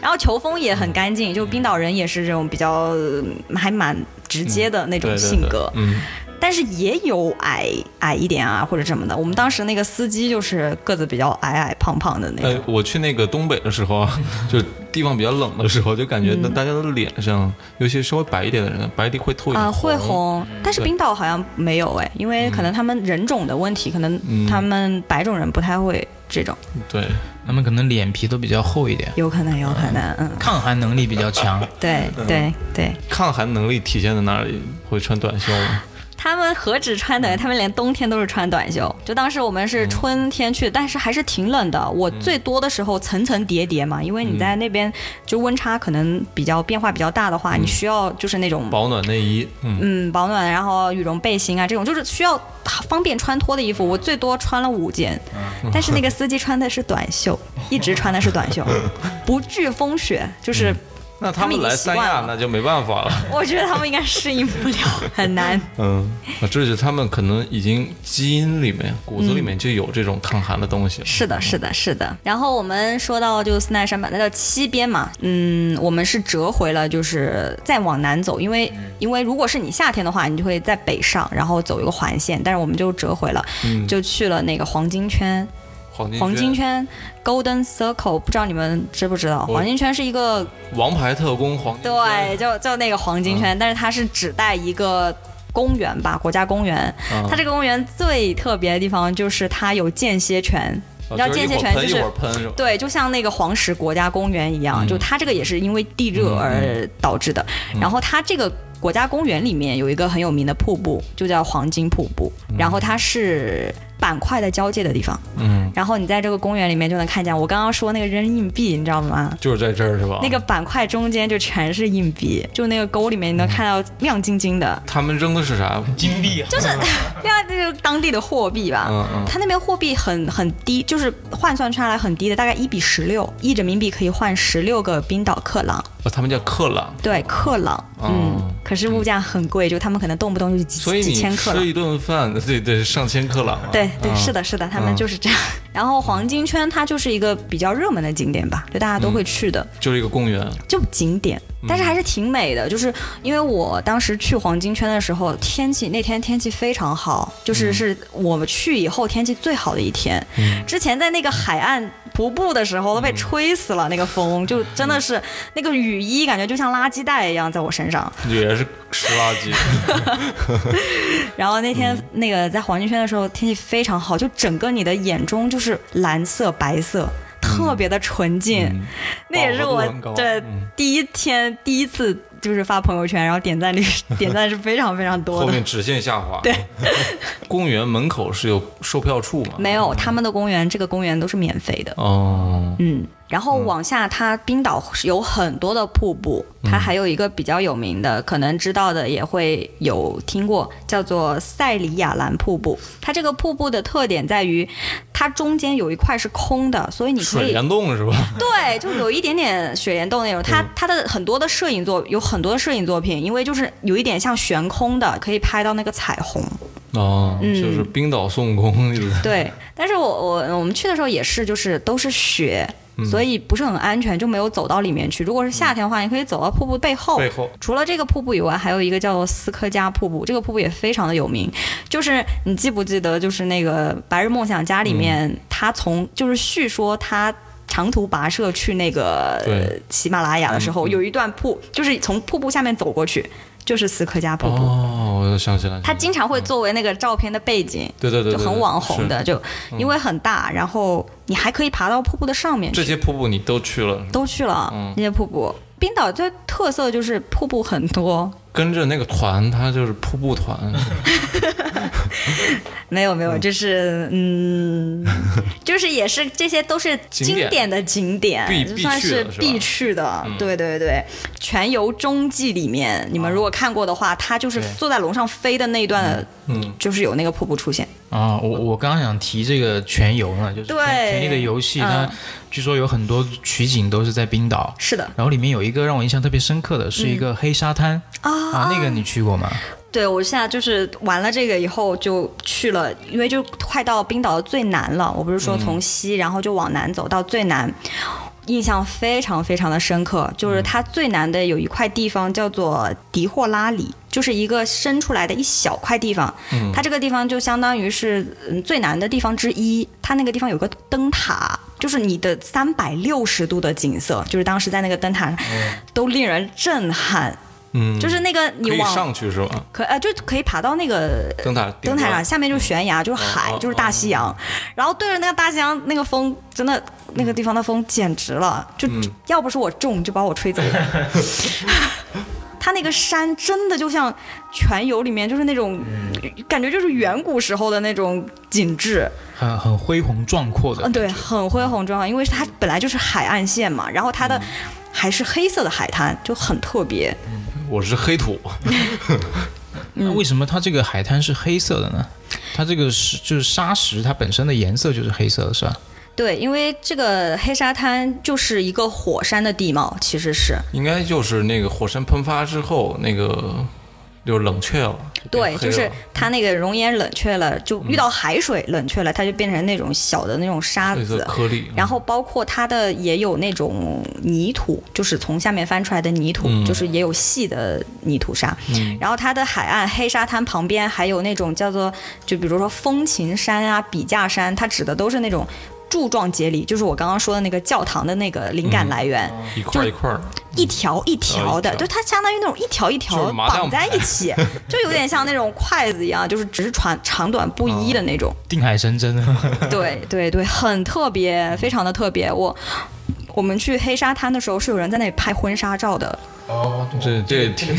[SPEAKER 3] 然后球风也很干
[SPEAKER 1] 嗯
[SPEAKER 3] 净，就冰岛人也是这种比较嗯还蛮直接的那种
[SPEAKER 1] 对
[SPEAKER 3] 性格。
[SPEAKER 1] 对嗯，
[SPEAKER 3] 但是也有矮矮一点啊，或者什么的。我们当时那个司机就是个子比较矮矮胖胖的那种。
[SPEAKER 1] 呃，我去那个东北的时候啊， 就地方比较冷的时候，就感觉
[SPEAKER 3] 啊
[SPEAKER 1] 那大家的脸上，尤其稍微白一点的人，白里呃会透一
[SPEAKER 3] 啊、
[SPEAKER 1] 点
[SPEAKER 3] 会
[SPEAKER 1] 红。
[SPEAKER 3] 红，但是
[SPEAKER 1] 对
[SPEAKER 3] 冰岛好像没有哎，因为可能他们人种的问题，可能
[SPEAKER 1] 嗯
[SPEAKER 3] 他们白种人不太会这种，
[SPEAKER 1] 对，
[SPEAKER 2] 他们可能脸皮都比较厚一点，
[SPEAKER 3] 有可能，有可能，嗯，
[SPEAKER 2] 抗寒能力比较强。
[SPEAKER 3] 对对对，
[SPEAKER 1] 抗寒能力体现在哪里？会穿短袖 吗？
[SPEAKER 3] 他们何止穿短袖，他们连冬天都是穿短袖。就当时我们是春天去，但是还是挺冷的。我最多的时候层层叠叠嘛，因为你在那边就温差可能比较变化比较大的话，你需要就是那种。
[SPEAKER 1] 保暖内衣，嗯，
[SPEAKER 3] 嗯，保暖，然后羽绒背心啊，这种就是需要方便穿脱的衣服，我最多穿了五件，
[SPEAKER 1] 嗯
[SPEAKER 3] 但是那个司机穿的是 短袖，一直穿的是短袖，不惧风雪，就是
[SPEAKER 1] 嗯那他
[SPEAKER 3] 他
[SPEAKER 1] 们
[SPEAKER 3] 们已经
[SPEAKER 1] 来
[SPEAKER 3] 习
[SPEAKER 1] 三
[SPEAKER 3] 惯
[SPEAKER 1] 亚
[SPEAKER 3] 了
[SPEAKER 1] 那就没办法了。
[SPEAKER 3] 我觉得他们应该适应不了，很难。
[SPEAKER 1] 嗯，啊这是他们可能已经基因里面、骨子里面就有这种抗寒的东西。
[SPEAKER 3] 是的，是的，是的。然后我们说到就斯奈山板，那叫西边嘛，嗯，我们是折回了，就是再往南走，因为
[SPEAKER 1] 嗯
[SPEAKER 3] 因为如果是你夏天的话，你就会在北上，然后走一个环线，但是我们就折回了，
[SPEAKER 1] 嗯
[SPEAKER 3] 就去了那个黄金圈，
[SPEAKER 1] 黄金
[SPEAKER 3] 黄金
[SPEAKER 1] 圈、
[SPEAKER 3] 圈 （Golden Circle），不知道你们知不知道？
[SPEAKER 1] 我
[SPEAKER 3] 黄金圈是一个
[SPEAKER 1] 王牌特工、黄金圈
[SPEAKER 3] 对，就就那个黄
[SPEAKER 1] 嗯
[SPEAKER 3] 金圈，但是它是只带一个。公园吧，国家公园。
[SPEAKER 1] 嗯
[SPEAKER 3] 它这个公园最特别的地方就是它有间歇泉，你知道
[SPEAKER 1] 啊就是
[SPEAKER 3] 间歇
[SPEAKER 1] 一会儿
[SPEAKER 3] 泉就
[SPEAKER 1] 喷一
[SPEAKER 3] 是
[SPEAKER 1] 会儿喷是吧？
[SPEAKER 3] 对，就像那个黄石国家公园一样，
[SPEAKER 1] 嗯
[SPEAKER 3] 就它这个也是因为地热而导致的。然后它这个国家公园里面有一个很有名的瀑布，就叫黄金瀑布，然后它是板块的交界的地方。
[SPEAKER 1] 嗯，
[SPEAKER 3] 然后你在这个公园里面就能看见我刚刚说那个扔硬币，你知道吗？
[SPEAKER 1] 就是在这儿是吧？
[SPEAKER 3] 那个板块中间就全是硬币，就那个沟里面你能看到亮晶晶的，
[SPEAKER 1] 他们扔的是
[SPEAKER 3] 啊
[SPEAKER 1] 啥？
[SPEAKER 2] 金币
[SPEAKER 3] 就是亮，这就是当地的货币吧。
[SPEAKER 1] 嗯嗯
[SPEAKER 3] 他那边货币很很低，就是换算出来很低的，大概一比十六，一人民币可以换十六个冰岛克朗，
[SPEAKER 1] 哦，他们叫克朗。
[SPEAKER 3] 对，克朗，
[SPEAKER 1] 哦
[SPEAKER 3] 嗯，可是物价很贵，就他们可能动不动就几
[SPEAKER 1] 所以
[SPEAKER 3] 几千
[SPEAKER 1] 你
[SPEAKER 3] 克
[SPEAKER 1] 吃
[SPEAKER 3] 朗。
[SPEAKER 1] 一顿饭，对对，上千克朗啊。
[SPEAKER 3] 对对，
[SPEAKER 1] 嗯
[SPEAKER 3] 是的，是的，他们就是这样。然后黄金圈它就是一个比较热门的景点吧，就大家
[SPEAKER 1] 嗯
[SPEAKER 3] 都会去的。
[SPEAKER 1] 就是一个公园，
[SPEAKER 3] 就景点，但是还是挺美的。就是因为我当时去黄金圈的时候，天气那天天气非常好，就是是我们去以后天气最好的一天。之前在那个海岸徒步的时候都被吹死了，那个风就真的是那个雨衣感觉就像垃圾袋一样在我身上。
[SPEAKER 1] 也是吃垃圾。
[SPEAKER 3] 然后那天
[SPEAKER 1] 嗯
[SPEAKER 3] 那个在黄金圈的时候，天气非常好，就整个你的眼中就是蓝色、白色，特别的纯净，
[SPEAKER 1] 嗯
[SPEAKER 3] 那也是我
[SPEAKER 1] 饱和度很高
[SPEAKER 3] 对、
[SPEAKER 1] 嗯
[SPEAKER 3] 第一天第一次就是发朋友圈，然后点赞率 点赞是非常非常多
[SPEAKER 1] 后
[SPEAKER 3] 的。
[SPEAKER 1] 面直线下滑。对， 公园门口是有售票处吗？
[SPEAKER 3] 没有，他们的公园这个公园都是免费的。
[SPEAKER 1] 哦，
[SPEAKER 3] 嗯，然后往下，它冰岛是有很多的瀑布，它还有一个比较有名的，可能知道的也会有听过，叫做塞里亚兰瀑布。它这个瀑布的特点在于，它中间有一块是空的，所以你可
[SPEAKER 1] 水
[SPEAKER 3] 以
[SPEAKER 1] 帘洞是吧？
[SPEAKER 3] 对，就有一点点雪岩洞那种。它它的很多的摄影作有很多的摄影作品，因为就是有一点像悬空的，可以拍到那个彩虹。
[SPEAKER 1] 哦，
[SPEAKER 3] 嗯
[SPEAKER 1] 就是冰岛孙悟空那种。
[SPEAKER 3] 对，但是我我我们去的时候也是，就是都是雪。
[SPEAKER 1] 嗯
[SPEAKER 3] 所以不是很安全，就没有走到里面去。如果是夏天的话，你可以走到瀑布背后。
[SPEAKER 1] 背后
[SPEAKER 3] 除了这个瀑布以外，还有一个叫做斯科加瀑布，这个瀑布也非常的有名。就是你记不记得，就是那个《白日梦想
[SPEAKER 1] 嗯
[SPEAKER 3] 家》里面，他从就是叙说他。长途跋涉去那个
[SPEAKER 1] 对
[SPEAKER 3] 喜马拉雅的时
[SPEAKER 1] 嗯
[SPEAKER 3] 候，
[SPEAKER 1] 嗯
[SPEAKER 3] 有一段瀑，就是从瀑布下面走过去，就是斯科加瀑布。
[SPEAKER 1] 哦，我又想起来了，
[SPEAKER 3] 它经常会作为那个照片的背景，
[SPEAKER 1] 对对对，
[SPEAKER 3] 就
[SPEAKER 1] 对
[SPEAKER 3] 很网红。
[SPEAKER 1] 是嗯
[SPEAKER 3] 的，就因为很大，然后你还可以爬到瀑布的上面
[SPEAKER 1] 这
[SPEAKER 3] 去，
[SPEAKER 1] 些瀑布你都去了，
[SPEAKER 3] 都去了
[SPEAKER 1] 嗯
[SPEAKER 3] 那些瀑布。冰岛的特色就是瀑布 很多，
[SPEAKER 1] 跟着那个团，它就是瀑布 团。
[SPEAKER 3] 没有没有，就是 嗯，就是也是这些都是
[SPEAKER 1] 景
[SPEAKER 3] 经
[SPEAKER 1] 点
[SPEAKER 3] 典的景点，
[SPEAKER 1] 必
[SPEAKER 3] 就
[SPEAKER 1] 必
[SPEAKER 3] 算
[SPEAKER 1] 去
[SPEAKER 3] 是
[SPEAKER 1] 的是吧嗯
[SPEAKER 3] 必去的。对对对，《全游中记》里面你们如果看过的话，它就是
[SPEAKER 1] 哦对
[SPEAKER 3] 坐在龙上飞的那一段，
[SPEAKER 1] 嗯，
[SPEAKER 3] 就是有那个瀑布出现。
[SPEAKER 2] 啊，我我刚刚想提这个全游呢，就是
[SPEAKER 3] 对
[SPEAKER 2] 权《权力的游戏》，它
[SPEAKER 3] 嗯
[SPEAKER 2] 据说有很多取景都是在冰岛，
[SPEAKER 3] 是的
[SPEAKER 2] 然后里面有一个让我印象特别深刻的是一
[SPEAKER 3] 嗯
[SPEAKER 2] 个黑沙滩
[SPEAKER 3] 啊
[SPEAKER 2] 啊，那个你去过吗？
[SPEAKER 3] 对，我现在就是完了这个以后就去了，因为就快到冰岛的最南了。我不是说
[SPEAKER 1] 嗯
[SPEAKER 3] 从西，然后就往南走到最南，印象非常非常的深刻。
[SPEAKER 1] 嗯
[SPEAKER 3] 就是它最南的有一块地方叫做迪霍拉里，就是一个伸出来的一小块地方。
[SPEAKER 1] 嗯
[SPEAKER 3] 它这个地方就相当于是嗯最南的地方之一。它那个地方有个灯塔，就是你的三百六十度的景色，就是当时在那个灯塔上、都令人震撼。
[SPEAKER 1] 哦嗯，
[SPEAKER 3] 就是那个你
[SPEAKER 1] 可以
[SPEAKER 3] 往
[SPEAKER 1] 上去是吧？
[SPEAKER 3] 可呃，就可以爬到那个
[SPEAKER 1] 灯塔顶
[SPEAKER 3] 灯塔上，
[SPEAKER 1] 端
[SPEAKER 3] 下面就是悬崖，就是海
[SPEAKER 1] 哦，哦
[SPEAKER 3] 就是大西洋。然后对着那个大西洋，那个风真的，那个地方的风简直了，就、
[SPEAKER 1] 嗯
[SPEAKER 3] 要不是我中，就把我吹走了。 它那个山真的就像《全游》里面就是那种、
[SPEAKER 1] 嗯
[SPEAKER 3] 感觉，就是远古时候的那种景致。
[SPEAKER 2] 很很恢宏壮阔的
[SPEAKER 3] 嗯，，对，很恢宏壮观，因为它本来就是海岸线嘛，然后它
[SPEAKER 1] 嗯
[SPEAKER 3] 的还是黑色的海滩，就很特别。
[SPEAKER 1] 我是黑土，
[SPEAKER 3] 嗯
[SPEAKER 2] 那为什么它这个海滩是黑色的呢？它这个是就是沙石，它本身的颜色就是黑色的，是吧？
[SPEAKER 3] 对，因为这个黑沙滩就是一个火山的地貌，其实是
[SPEAKER 1] 应该就是那个火山喷发之后那个就冷却了。
[SPEAKER 3] 对，
[SPEAKER 1] 变黑
[SPEAKER 3] 就是
[SPEAKER 1] 了
[SPEAKER 3] 它那个熔岩冷却了，就
[SPEAKER 1] 嗯
[SPEAKER 3] 遇到海水冷却了，它就变成那种小的那种沙
[SPEAKER 1] 黑色
[SPEAKER 3] 子。
[SPEAKER 1] 颗粒。
[SPEAKER 3] 然后包括它的也有那种泥土，就是从下面翻出来的泥土，
[SPEAKER 1] 嗯
[SPEAKER 3] 就是也有细的泥土沙。
[SPEAKER 1] 嗯
[SPEAKER 3] 然后它的海岸黑沙滩旁边还有那种叫做，就比如说风琴山啊、笔架山，它指的都是那种柱状节理，就是我刚刚说的那个教堂的那个灵
[SPEAKER 1] 嗯
[SPEAKER 3] 感来源。
[SPEAKER 1] 一块一块儿，
[SPEAKER 3] 一条一条的，
[SPEAKER 1] 哦一条
[SPEAKER 3] 就它相当于那种一条一
[SPEAKER 1] 就
[SPEAKER 3] 条
[SPEAKER 1] 是麻将
[SPEAKER 3] 绑在
[SPEAKER 1] 牌
[SPEAKER 3] 一 起，就有点像那种筷子一样，就是只是长长短不一
[SPEAKER 1] 啊
[SPEAKER 3] 的那种。
[SPEAKER 2] 定海神针，啊
[SPEAKER 3] 对对对，很特别，非常的特别。我我们去黑沙滩的时候，是有人在那里拍婚纱照的，哦
[SPEAKER 1] 这这也挺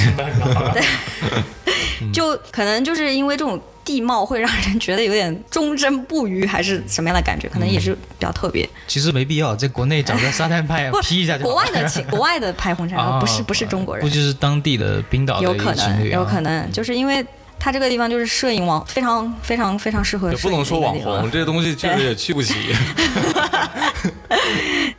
[SPEAKER 1] 嗯
[SPEAKER 3] 就可能就是因为这种地貌会让人觉得有点忠贞不渝，还是什么样的感觉，可能
[SPEAKER 1] 嗯
[SPEAKER 3] 也是比较特别。
[SPEAKER 2] 其实没必要，在国内找个沙滩拍
[SPEAKER 3] 不
[SPEAKER 2] P 一下就好
[SPEAKER 3] 国外 的请国外的拍婚纱照，
[SPEAKER 2] 啊
[SPEAKER 3] 不是不是中国人
[SPEAKER 2] 估，计是当地的冰岛的
[SPEAKER 3] 有
[SPEAKER 2] 一
[SPEAKER 3] 可
[SPEAKER 2] 个情
[SPEAKER 3] 能，
[SPEAKER 2] 侣啊
[SPEAKER 3] 有可能，就是因为它这个地方就是摄影网非常非常非常适合
[SPEAKER 1] 也
[SPEAKER 3] 摄
[SPEAKER 1] 不
[SPEAKER 3] 影的
[SPEAKER 1] 能
[SPEAKER 3] 一个
[SPEAKER 1] 说网
[SPEAKER 3] 地方
[SPEAKER 1] 红，这东西确实
[SPEAKER 3] 嗯对
[SPEAKER 1] 也去不起。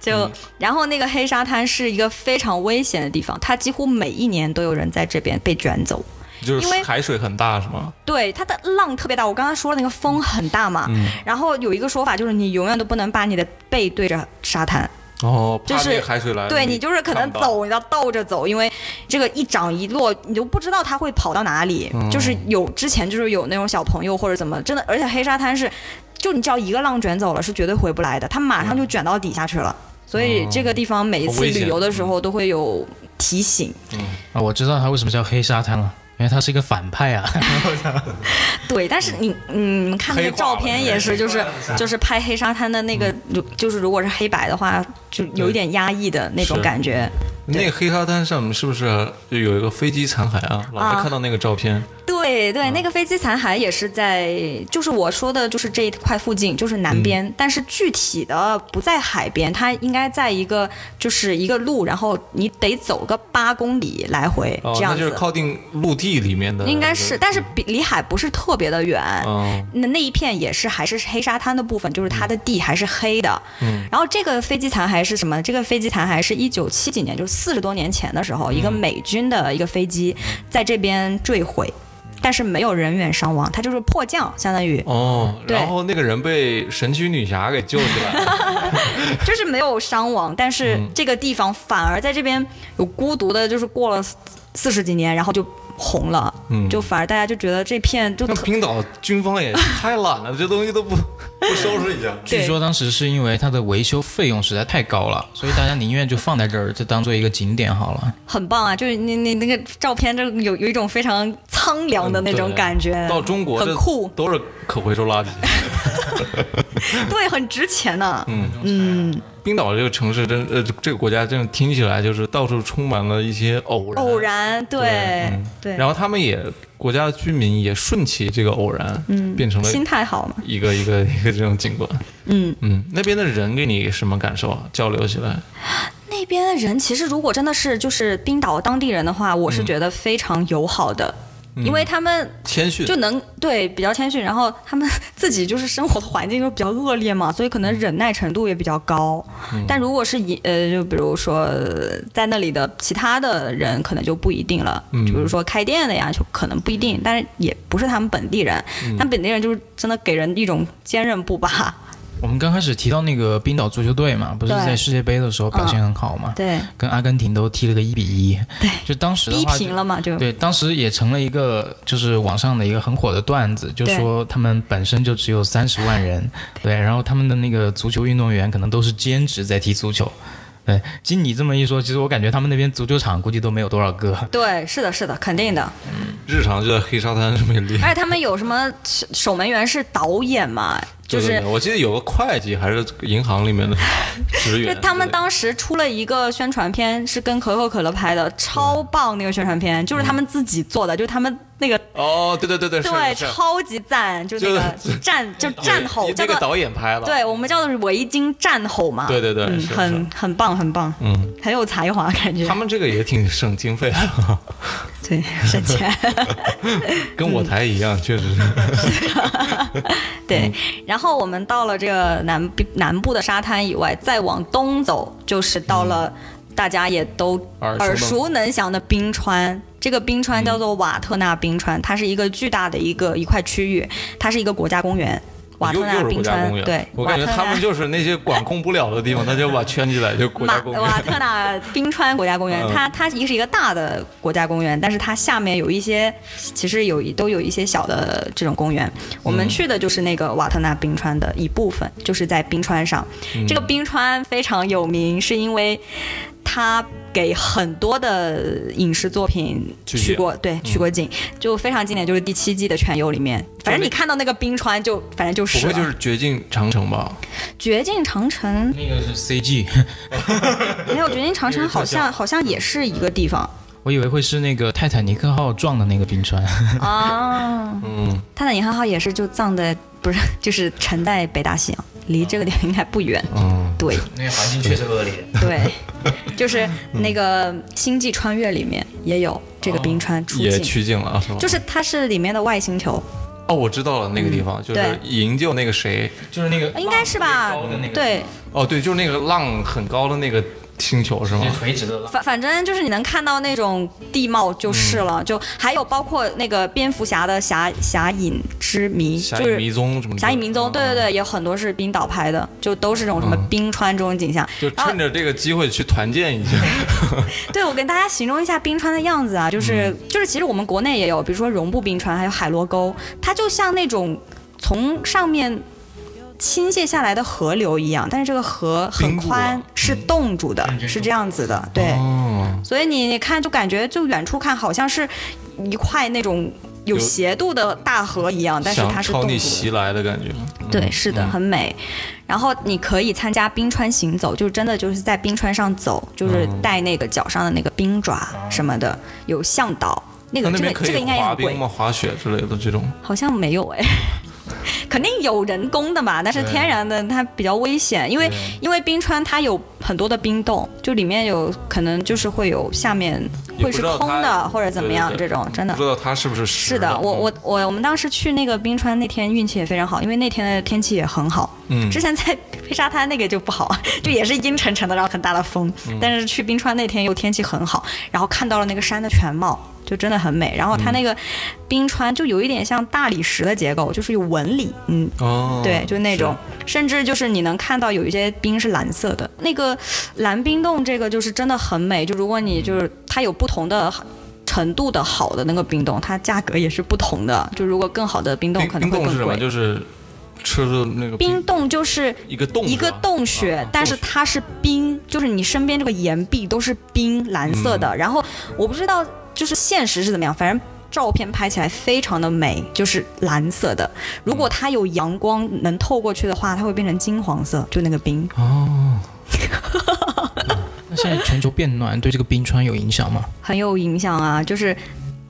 [SPEAKER 3] 就然后那个黑沙滩是一个非常危险的地方，它几乎每一年都有人在这边被卷走。
[SPEAKER 1] 就
[SPEAKER 3] 因为
[SPEAKER 1] 是海水很大是吗？
[SPEAKER 3] 对，它的浪特别大，我刚刚说了那个风很大嘛，然后有一个说法就是你永远都不能把你的背对着沙滩，
[SPEAKER 1] 哦，
[SPEAKER 3] 就
[SPEAKER 1] 怕
[SPEAKER 3] 是
[SPEAKER 1] 那个海水来，
[SPEAKER 3] 对你就是可能
[SPEAKER 1] 看不到
[SPEAKER 3] 走，你要倒着走，因为这个一涨一落，你就不知道它会跑到哪里。
[SPEAKER 1] 嗯
[SPEAKER 3] 就是有之前就是有那种小朋友或者怎么，真的，而且黑沙滩是，就你只要一个浪卷走了，是绝对回不来的，它马上就卷到底下去了。所以这个地方每一
[SPEAKER 1] 嗯哦好
[SPEAKER 3] 次
[SPEAKER 1] 危险嗯
[SPEAKER 3] 旅游的时候都会有提醒，
[SPEAKER 2] 啊，我知道它为什么叫黑沙滩了。因为他是一个反派啊。
[SPEAKER 3] 对，但是你嗯，你们看那个照片也是，就是就是拍黑沙滩的那个，
[SPEAKER 1] 嗯
[SPEAKER 3] 就就是如果是黑白的话，就有一点压抑的那种
[SPEAKER 1] 是
[SPEAKER 3] 感觉。
[SPEAKER 1] 那个黑沙滩上面是不是就有一个飞机残骸啊？老是
[SPEAKER 3] 啊
[SPEAKER 1] 看到那个照片，
[SPEAKER 3] 对对，
[SPEAKER 1] 嗯
[SPEAKER 3] 那个飞机残骸也是在，就是我说的，就是这一块附近，就是南边，
[SPEAKER 1] 嗯
[SPEAKER 3] 但是具体的不在海边，它应该在一个就是一个路，然后你得走个八公里来回、
[SPEAKER 1] 哦，
[SPEAKER 3] 这
[SPEAKER 1] 那
[SPEAKER 3] 样
[SPEAKER 1] 就是
[SPEAKER 3] 子，
[SPEAKER 1] 靠呃嗯近陆地里面的，
[SPEAKER 3] 应该是，但是比离海不是特别的远。
[SPEAKER 1] 嗯，
[SPEAKER 3] 那那一片也是还是黑沙滩的部分，就是它的地还是黑的。
[SPEAKER 1] 嗯，
[SPEAKER 3] 然后这个飞机残骸是什么？这个飞机残骸是一九七几年，就是四十多年前的时候，
[SPEAKER 1] 嗯
[SPEAKER 3] 一个美军的一个飞机在这边坠毁，但是没有人员伤亡，它就是迫降，相当于
[SPEAKER 1] 哦，
[SPEAKER 3] 对
[SPEAKER 1] 然后那个人被神奇女侠给救起来 了，
[SPEAKER 3] 就是没有伤亡，但是
[SPEAKER 1] 嗯
[SPEAKER 3] 这个地方反而在这边有孤独的，就是过了四十几年，然后就红了，
[SPEAKER 1] 嗯
[SPEAKER 3] 就反而大家就觉得这片就
[SPEAKER 1] 那
[SPEAKER 3] 特
[SPEAKER 1] 冰岛军方也太懒了，这东西都不不收拾一 下。
[SPEAKER 2] 据说当时是因为它的维修费用实在太高了，所以大家宁愿就放在这儿，就当做一个景点好了。
[SPEAKER 3] 很棒啊！就是你你那个照片，就有有一种非常苍凉的那种感觉，
[SPEAKER 1] 嗯到中国
[SPEAKER 3] 很
[SPEAKER 1] 这
[SPEAKER 3] 酷，
[SPEAKER 1] 都是可回收垃圾。
[SPEAKER 3] 对，很值钱呢、
[SPEAKER 1] 嗯冰岛这个城市真呃这个国家真的听起来就是到处充满了一些偶然，
[SPEAKER 3] 偶然，对对，
[SPEAKER 1] 然后他们也国家的居民也顺其这个偶然，嗯，变成了
[SPEAKER 3] 心态好嘛，
[SPEAKER 1] 一个一个一个这种景观。
[SPEAKER 3] 嗯，
[SPEAKER 1] 嗯，那边的人给你什么感受啊？交流起来，
[SPEAKER 3] 那边的人其实如果真的是就是冰岛当地人的话，
[SPEAKER 1] 嗯
[SPEAKER 3] 我是觉得非常友好的，因为他们
[SPEAKER 1] 谦逊
[SPEAKER 3] 就能对比较谦逊，然后他们自己就是生活的环境就比较恶劣嘛，所以可能忍耐程度也比较高。
[SPEAKER 2] 嗯
[SPEAKER 3] 但如果是以呃，就比如说呃在那里的其他的人，可能就不一定了。
[SPEAKER 1] 嗯
[SPEAKER 3] 就比如说开店的呀，就可能不一定，但是也不是他们本地人。
[SPEAKER 2] 嗯
[SPEAKER 3] 但本地人就是真的给人一种坚韧 不拔。
[SPEAKER 2] 我们刚开始提到那个冰岛足球队嘛，不是
[SPEAKER 3] 对
[SPEAKER 2] 在世界杯的时候表现很好嘛，
[SPEAKER 3] 对，
[SPEAKER 2] 跟阿根廷都踢了个一比一。
[SPEAKER 3] 对，
[SPEAKER 2] 就当时的
[SPEAKER 3] 逼
[SPEAKER 2] 话就
[SPEAKER 3] 平了嘛，就
[SPEAKER 2] 对，当时也成了一个就是网上的一个很火的段子，就
[SPEAKER 3] 对
[SPEAKER 2] 说他们本身就只有三十万人，对，然后他们的那个足球运动员可能都是兼职在踢足球。对，经你这么一说，其实我感觉他们那边足球场估计都没有多少个。
[SPEAKER 3] 对，是的，是的，肯定的。
[SPEAKER 1] 日常就在黑沙滩上面练。
[SPEAKER 3] 而且他们有什么守守门员是导演嘛，就
[SPEAKER 1] 对
[SPEAKER 3] 是
[SPEAKER 1] 对对我记得有个会计还是银行里面的职
[SPEAKER 3] 就
[SPEAKER 1] 员，
[SPEAKER 3] 他们
[SPEAKER 1] 对
[SPEAKER 3] 当时出了一个宣传片，是跟可口可乐拍的，
[SPEAKER 1] 嗯
[SPEAKER 3] 超棒那个宣传片，就是他们自己做的，就是他们那个
[SPEAKER 1] 哦，对对对嗯对，是
[SPEAKER 3] 对，
[SPEAKER 1] 是
[SPEAKER 3] 超级赞，就那个战就战吼
[SPEAKER 1] 对
[SPEAKER 3] 叫
[SPEAKER 1] 那个
[SPEAKER 3] 做
[SPEAKER 1] 导演拍了，
[SPEAKER 3] 对我们叫做维京战吼嘛，
[SPEAKER 1] 对对对，
[SPEAKER 3] 嗯，
[SPEAKER 1] 是是
[SPEAKER 3] 很很棒很棒，
[SPEAKER 1] 嗯，
[SPEAKER 3] 很有才华感觉
[SPEAKER 1] 他，们这个也挺省经费的，
[SPEAKER 3] 对，省钱。
[SPEAKER 1] 跟我台一样，确实是。嗯
[SPEAKER 3] 对，然后我们到了这个南边南部的沙滩以外，再往东走，就是到
[SPEAKER 1] 嗯
[SPEAKER 3] 了大家也都
[SPEAKER 1] 耳熟能
[SPEAKER 3] 耳熟能详的冰川。这个冰川叫
[SPEAKER 1] 嗯
[SPEAKER 3] 做瓦特纳冰川，它是一个巨大的一个一块区域，它是一个国家公园。瓦
[SPEAKER 1] 又
[SPEAKER 3] 特纳
[SPEAKER 1] 又是
[SPEAKER 3] 冰
[SPEAKER 1] 国家
[SPEAKER 3] 川
[SPEAKER 1] 公，园，
[SPEAKER 3] 对，
[SPEAKER 1] 我感觉
[SPEAKER 3] 瓦特
[SPEAKER 1] 他
[SPEAKER 3] 纳
[SPEAKER 1] 们就是那些管控不了的地方，他就把圈起来，就国
[SPEAKER 3] 马
[SPEAKER 1] 家公
[SPEAKER 3] 瓦
[SPEAKER 1] 园。
[SPEAKER 3] 特 纳冰川国家公园
[SPEAKER 1] 嗯，
[SPEAKER 3] 它它一是一个大的国家公园，但是它下面有一些，其实有一都有一些小的这种公园。我
[SPEAKER 1] 嗯
[SPEAKER 3] 们去的就是那个瓦特纳冰川的一部分，就是在冰川上。
[SPEAKER 1] 嗯
[SPEAKER 3] 这个冰川非常有名，是因为它给很多的影视作品
[SPEAKER 1] 取
[SPEAKER 3] 取
[SPEAKER 1] 景
[SPEAKER 3] 过，对，取过景，就非常经典，就是第七季的《全游》里面，反正你看到那个冰川就，反正就
[SPEAKER 1] 不
[SPEAKER 3] 是
[SPEAKER 1] 会
[SPEAKER 3] 了。
[SPEAKER 1] 就是绝境长城吧？
[SPEAKER 3] 绝境长城，
[SPEAKER 2] 那个是 CG，
[SPEAKER 3] 没有绝境长城，好像好像也是一个地方。
[SPEAKER 2] 我以为会是那个泰坦尼克号撞的那个冰川。
[SPEAKER 3] 啊，
[SPEAKER 1] 嗯，
[SPEAKER 3] 泰坦尼克号也是就葬在不是就是沉在北大西洋，离这个点应该不远。
[SPEAKER 1] 嗯，
[SPEAKER 3] 对
[SPEAKER 2] 那个环境确实恶劣。
[SPEAKER 3] 对，就是那个《星际穿越》里面也有这个冰川出
[SPEAKER 1] 嗯也
[SPEAKER 3] 镜，
[SPEAKER 1] 取景了，啊是吧？
[SPEAKER 3] 就是它是里面的外星球，
[SPEAKER 1] 哦，我知道了，那个地方就是
[SPEAKER 3] 嗯对
[SPEAKER 1] 营救那个谁，
[SPEAKER 2] 就是那个
[SPEAKER 3] 应该是吧
[SPEAKER 2] 高的那个？
[SPEAKER 3] 对，
[SPEAKER 1] 哦，对，就是那个浪很高的那个星球是吗？
[SPEAKER 3] 嗯
[SPEAKER 2] 垂直的浪。
[SPEAKER 3] 反反正就是你能看到那种地貌就是
[SPEAKER 1] 嗯
[SPEAKER 3] 了，就还有包括那个蝙蝠侠的侠侠影之谜，
[SPEAKER 1] 侠
[SPEAKER 3] 就
[SPEAKER 1] 影
[SPEAKER 3] 是
[SPEAKER 1] 迷踪什么的？
[SPEAKER 3] 侠影迷踪，对对对，有很多是冰岛拍的，就都是这种什么
[SPEAKER 1] 嗯
[SPEAKER 3] 冰川这种景象，
[SPEAKER 1] 就趁着这个机会去团建一下。
[SPEAKER 3] 对，我跟大家形容一下冰川的样子啊，就是、
[SPEAKER 1] 嗯
[SPEAKER 3] 就是，其实我们国内也有，比如说绒布冰川，还有海螺沟，它就像那种从上面倾泻下来的河流一样，但是这个河很
[SPEAKER 1] 冰柱啊
[SPEAKER 3] 宽
[SPEAKER 1] 嗯，
[SPEAKER 3] 是冻住的，是这样子的，对。
[SPEAKER 1] 哦，
[SPEAKER 3] 所以你看，就感觉就远处看好像是一块那种有
[SPEAKER 1] 有
[SPEAKER 3] 斜度的大河一样，但是它
[SPEAKER 1] 想
[SPEAKER 3] 是冻
[SPEAKER 1] 朝
[SPEAKER 3] 住
[SPEAKER 1] 你
[SPEAKER 3] 的。
[SPEAKER 1] 袭来的感觉。
[SPEAKER 3] 对，
[SPEAKER 1] 嗯
[SPEAKER 3] 是的，
[SPEAKER 1] 嗯
[SPEAKER 3] 很美。然后你可以参加冰川行走，就是真的就是在冰川上走，就是
[SPEAKER 1] 嗯
[SPEAKER 3] 带那个脚上的那个冰爪什么的，有向导。那
[SPEAKER 1] 那
[SPEAKER 3] 个
[SPEAKER 1] 那
[SPEAKER 3] 这
[SPEAKER 1] 边
[SPEAKER 3] 个
[SPEAKER 1] 可
[SPEAKER 3] 这个
[SPEAKER 1] 以
[SPEAKER 3] 应该也
[SPEAKER 1] 滑
[SPEAKER 3] 很贵
[SPEAKER 1] 冰，吗？滑雪之类的这种？
[SPEAKER 3] 好像没有哎， 肯定有人工的嘛，但是
[SPEAKER 1] 对
[SPEAKER 3] 天然的它比较危险，因为
[SPEAKER 1] 对
[SPEAKER 3] 因为冰川它有很多的冰洞，就里面有可能就是会有下面
[SPEAKER 1] 也不
[SPEAKER 3] 会是
[SPEAKER 1] 知道
[SPEAKER 3] 空
[SPEAKER 1] 它
[SPEAKER 3] 的或者怎么样
[SPEAKER 1] 对对对
[SPEAKER 3] 这种，真
[SPEAKER 1] 不知。
[SPEAKER 3] 的
[SPEAKER 1] 道它是不是实
[SPEAKER 3] 是的，我
[SPEAKER 1] 嗯
[SPEAKER 3] 我我我们当时去那个冰川那天运气也非常好，因为那天的天气也很好。
[SPEAKER 1] 嗯
[SPEAKER 3] 之前在黑沙滩那个就不好，就也是阴沉沉的，然后很大的风。
[SPEAKER 1] 嗯
[SPEAKER 3] 但是去冰川那天又天气很好，然后看到了那个山的全貌，就真的很美。然后它
[SPEAKER 1] 嗯
[SPEAKER 3] 那个冰川就有一点像大理石的结构，就是有纹理，嗯，
[SPEAKER 1] 哦，
[SPEAKER 3] 对，就那
[SPEAKER 1] 是
[SPEAKER 3] 种，甚至就是你能看到有一些冰是蓝色的，那个蓝冰洞这个就是真的很美。就如果你就是它有不同的程度的好的那个冰冻，它价格也是不同的。就如果更好的冰冻
[SPEAKER 1] 冰
[SPEAKER 3] 可能
[SPEAKER 1] 冰
[SPEAKER 3] 会
[SPEAKER 1] 冻是什
[SPEAKER 3] 更
[SPEAKER 1] 么？
[SPEAKER 3] 贵。
[SPEAKER 1] 就是吃的那个
[SPEAKER 3] 冰冻就是
[SPEAKER 1] 一个洞
[SPEAKER 3] 一个
[SPEAKER 1] 是吧
[SPEAKER 3] 洞穴，
[SPEAKER 1] 啊
[SPEAKER 3] 但是
[SPEAKER 1] 洞穴
[SPEAKER 3] 它是冰，就是你身边这个岩壁都是冰，蓝色
[SPEAKER 1] 嗯
[SPEAKER 3] 的。然后我不知道就是现实是怎么样，反正。照片拍起来非常的美，就是蓝色的。如果它有阳光能透过去的话，它会变成金黄色，就那个冰。
[SPEAKER 1] 哦，
[SPEAKER 2] 那现在全球变暖对这个冰川有影响吗？
[SPEAKER 3] 很有影响啊，就是。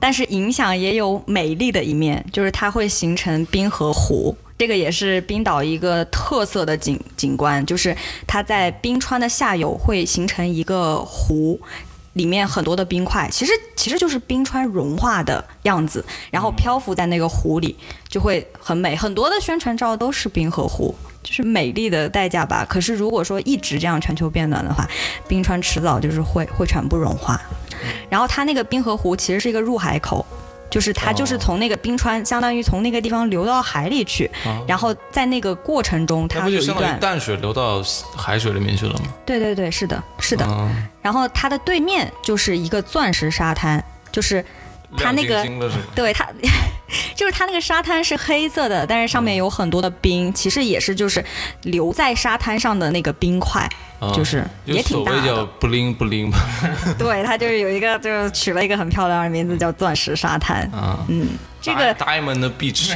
[SPEAKER 3] 但是影响也有美丽的一面，就是它会形成冰河湖，这个也是冰岛一个特色的景景观，就是它在冰川的下游会形成一个湖，里面很多的冰块，其实其实就是冰川融化的样子，然后漂浮在那个湖里，就会很美。很多的宣传照都是冰河湖，就是美丽的代价吧。可是如果说一直这样全球变暖的话，冰川迟早就是会会全部融化。然后它那个冰河湖其实是一个入海口，就是它就是
[SPEAKER 1] 哦
[SPEAKER 3] 从那个冰川，相当于从那个地方流到海里去，
[SPEAKER 1] 啊
[SPEAKER 3] 然后在那个过程中，
[SPEAKER 1] 那
[SPEAKER 3] 它
[SPEAKER 1] 不
[SPEAKER 3] 有
[SPEAKER 1] 就
[SPEAKER 3] 一
[SPEAKER 1] 相当
[SPEAKER 3] 段
[SPEAKER 1] 于，淡水流到海水里面去了吗？
[SPEAKER 3] 对对对，是的，是的。
[SPEAKER 1] 啊
[SPEAKER 3] 然后它的对面就是一个钻石沙滩，就是它那个
[SPEAKER 1] 亮晶晶的是吧
[SPEAKER 3] 对它， 就是它那个沙滩是黑色的，但是上面有很多的
[SPEAKER 1] 嗯
[SPEAKER 3] 冰，其实也是就是留在沙滩上的那个冰块，
[SPEAKER 1] 啊
[SPEAKER 3] 就是
[SPEAKER 1] 就
[SPEAKER 3] 也挺
[SPEAKER 1] 所
[SPEAKER 3] 大
[SPEAKER 1] 谓叫
[SPEAKER 3] 的。
[SPEAKER 1] 不灵不灵吧？
[SPEAKER 3] 对，它就是有一个就是取了一个很漂亮的
[SPEAKER 1] 嗯
[SPEAKER 3] 名字叫钻石沙滩。
[SPEAKER 1] 啊，
[SPEAKER 3] 嗯，这个
[SPEAKER 1] Diamond 的 Beach，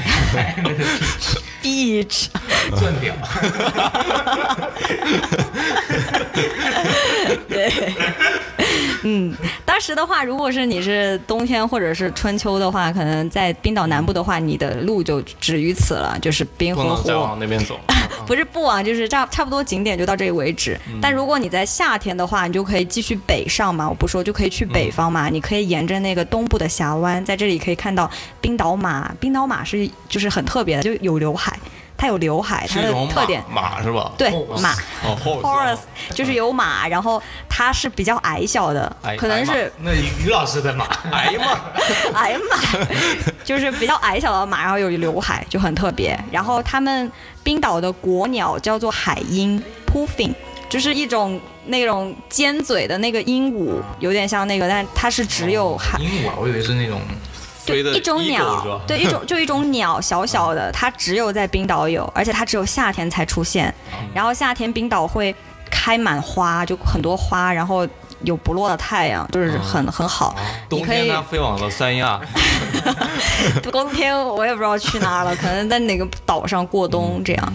[SPEAKER 3] beach
[SPEAKER 2] 钻表。
[SPEAKER 3] 当时的话，如果是你是冬天或者是春秋的话，可能在冰岛南部的话，你的路就止于此了，就是冰
[SPEAKER 1] 不
[SPEAKER 3] 河
[SPEAKER 1] 能
[SPEAKER 3] 湖
[SPEAKER 1] 再。往那边走。
[SPEAKER 3] 不是不往，就是差差不多景点就到这里为止。
[SPEAKER 1] 嗯
[SPEAKER 3] 但如果你在夏天的话，你就可以继续北上嘛，我不说就可以去北方
[SPEAKER 1] 嗯
[SPEAKER 3] 嘛，你可以沿着那个东部的峡湾，在这里可以看到冰岛马，冰岛马是就是很特别的，就有刘海，它有刘海，它
[SPEAKER 1] 是一
[SPEAKER 3] 的
[SPEAKER 1] 种
[SPEAKER 3] 特点
[SPEAKER 1] 马马是吧？
[SPEAKER 3] 对
[SPEAKER 2] 哦
[SPEAKER 3] 马。
[SPEAKER 1] 哦
[SPEAKER 3] Horse 就是有马，然后它是比较矮小的
[SPEAKER 1] 矮，
[SPEAKER 3] 可能
[SPEAKER 1] 矮
[SPEAKER 3] 是
[SPEAKER 2] 那于老师的马，
[SPEAKER 1] 哎呀妈，
[SPEAKER 3] 矮马，就是比较矮小的马，然后有刘海，就很特别。然后他们冰岛的国鸟叫做海鹰 （puffin），就是一种那种尖嘴的那个鹦鹉，有点像那个，但它是只有海。
[SPEAKER 2] 鹦鹉啊，我以为是那种
[SPEAKER 3] 就
[SPEAKER 1] 哦飞的
[SPEAKER 3] 一种
[SPEAKER 1] eagle 是
[SPEAKER 3] 鸟
[SPEAKER 1] 吧，
[SPEAKER 3] 对一 种就一种鸟，小小的，它只有在冰岛有，而且它只有夏天才出现。
[SPEAKER 1] 嗯
[SPEAKER 3] 然后夏天冰岛会开满花，就很多花，然后有不落的太阳，就是很很好。你
[SPEAKER 1] 哦冬
[SPEAKER 3] 可
[SPEAKER 1] 天
[SPEAKER 3] 以
[SPEAKER 1] 它飞往了三 亚，
[SPEAKER 3] 冬天我也不知道去哪了，可能在哪个岛上过
[SPEAKER 1] 嗯
[SPEAKER 3] 冬这样。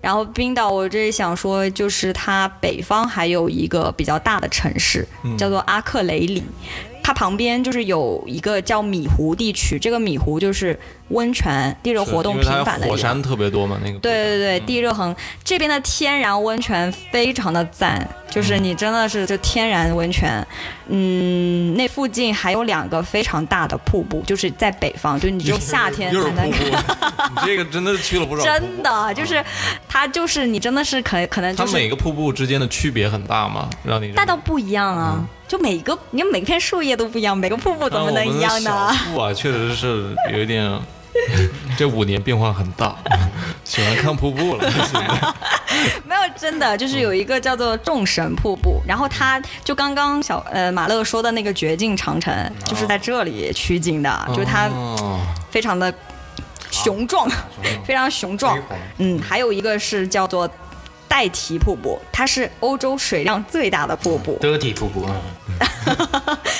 [SPEAKER 3] 然后冰岛，我这里想说，就是它北方还有一个比较大的城市，
[SPEAKER 1] 嗯
[SPEAKER 3] 叫做阿克雷里。它旁边就是有一个叫米湖地区，这个米湖就是温泉、地热活动
[SPEAKER 1] 因
[SPEAKER 3] 频
[SPEAKER 1] 为它
[SPEAKER 3] 繁的地
[SPEAKER 1] 火
[SPEAKER 3] 方。
[SPEAKER 1] 山特别多嘛，那个
[SPEAKER 3] 对对对，
[SPEAKER 1] 嗯
[SPEAKER 3] 地热恒这边的天然温泉非常的赞，就是
[SPEAKER 1] 嗯
[SPEAKER 3] 你真的是就天然温泉，嗯，那附近还有两个非常大的瀑布，就是在北方，就你只有夏天
[SPEAKER 1] 又
[SPEAKER 3] 才
[SPEAKER 1] 是
[SPEAKER 3] 能
[SPEAKER 1] 瀑
[SPEAKER 3] 看，
[SPEAKER 1] 布，你这个真的去了不少。
[SPEAKER 3] 真，的就是它就是你真的是可可能
[SPEAKER 1] 啊它
[SPEAKER 3] 就是
[SPEAKER 1] 每个瀑布之间的区别很大嘛，让你
[SPEAKER 3] 大到不一样啊，就每个你看每片树叶都不一样，每个瀑布怎么能一样呢？
[SPEAKER 1] 嗯啊但我们的小瀑 啊，确实是有一点， 这五年变化很大， 喜欢看瀑布了。
[SPEAKER 3] 没有，真的就是有一个叫做众神瀑布，然后它就刚刚小呃马乐说的那个绝境长城，就是在这里取景的，就是它
[SPEAKER 1] 哦
[SPEAKER 3] 非常的雄壮，非常雄
[SPEAKER 1] 哦
[SPEAKER 3] 壮。嗯，还有一个是叫做代提瀑布，它是欧洲水量最大的瀑布。
[SPEAKER 2] dirty 瀑布啊，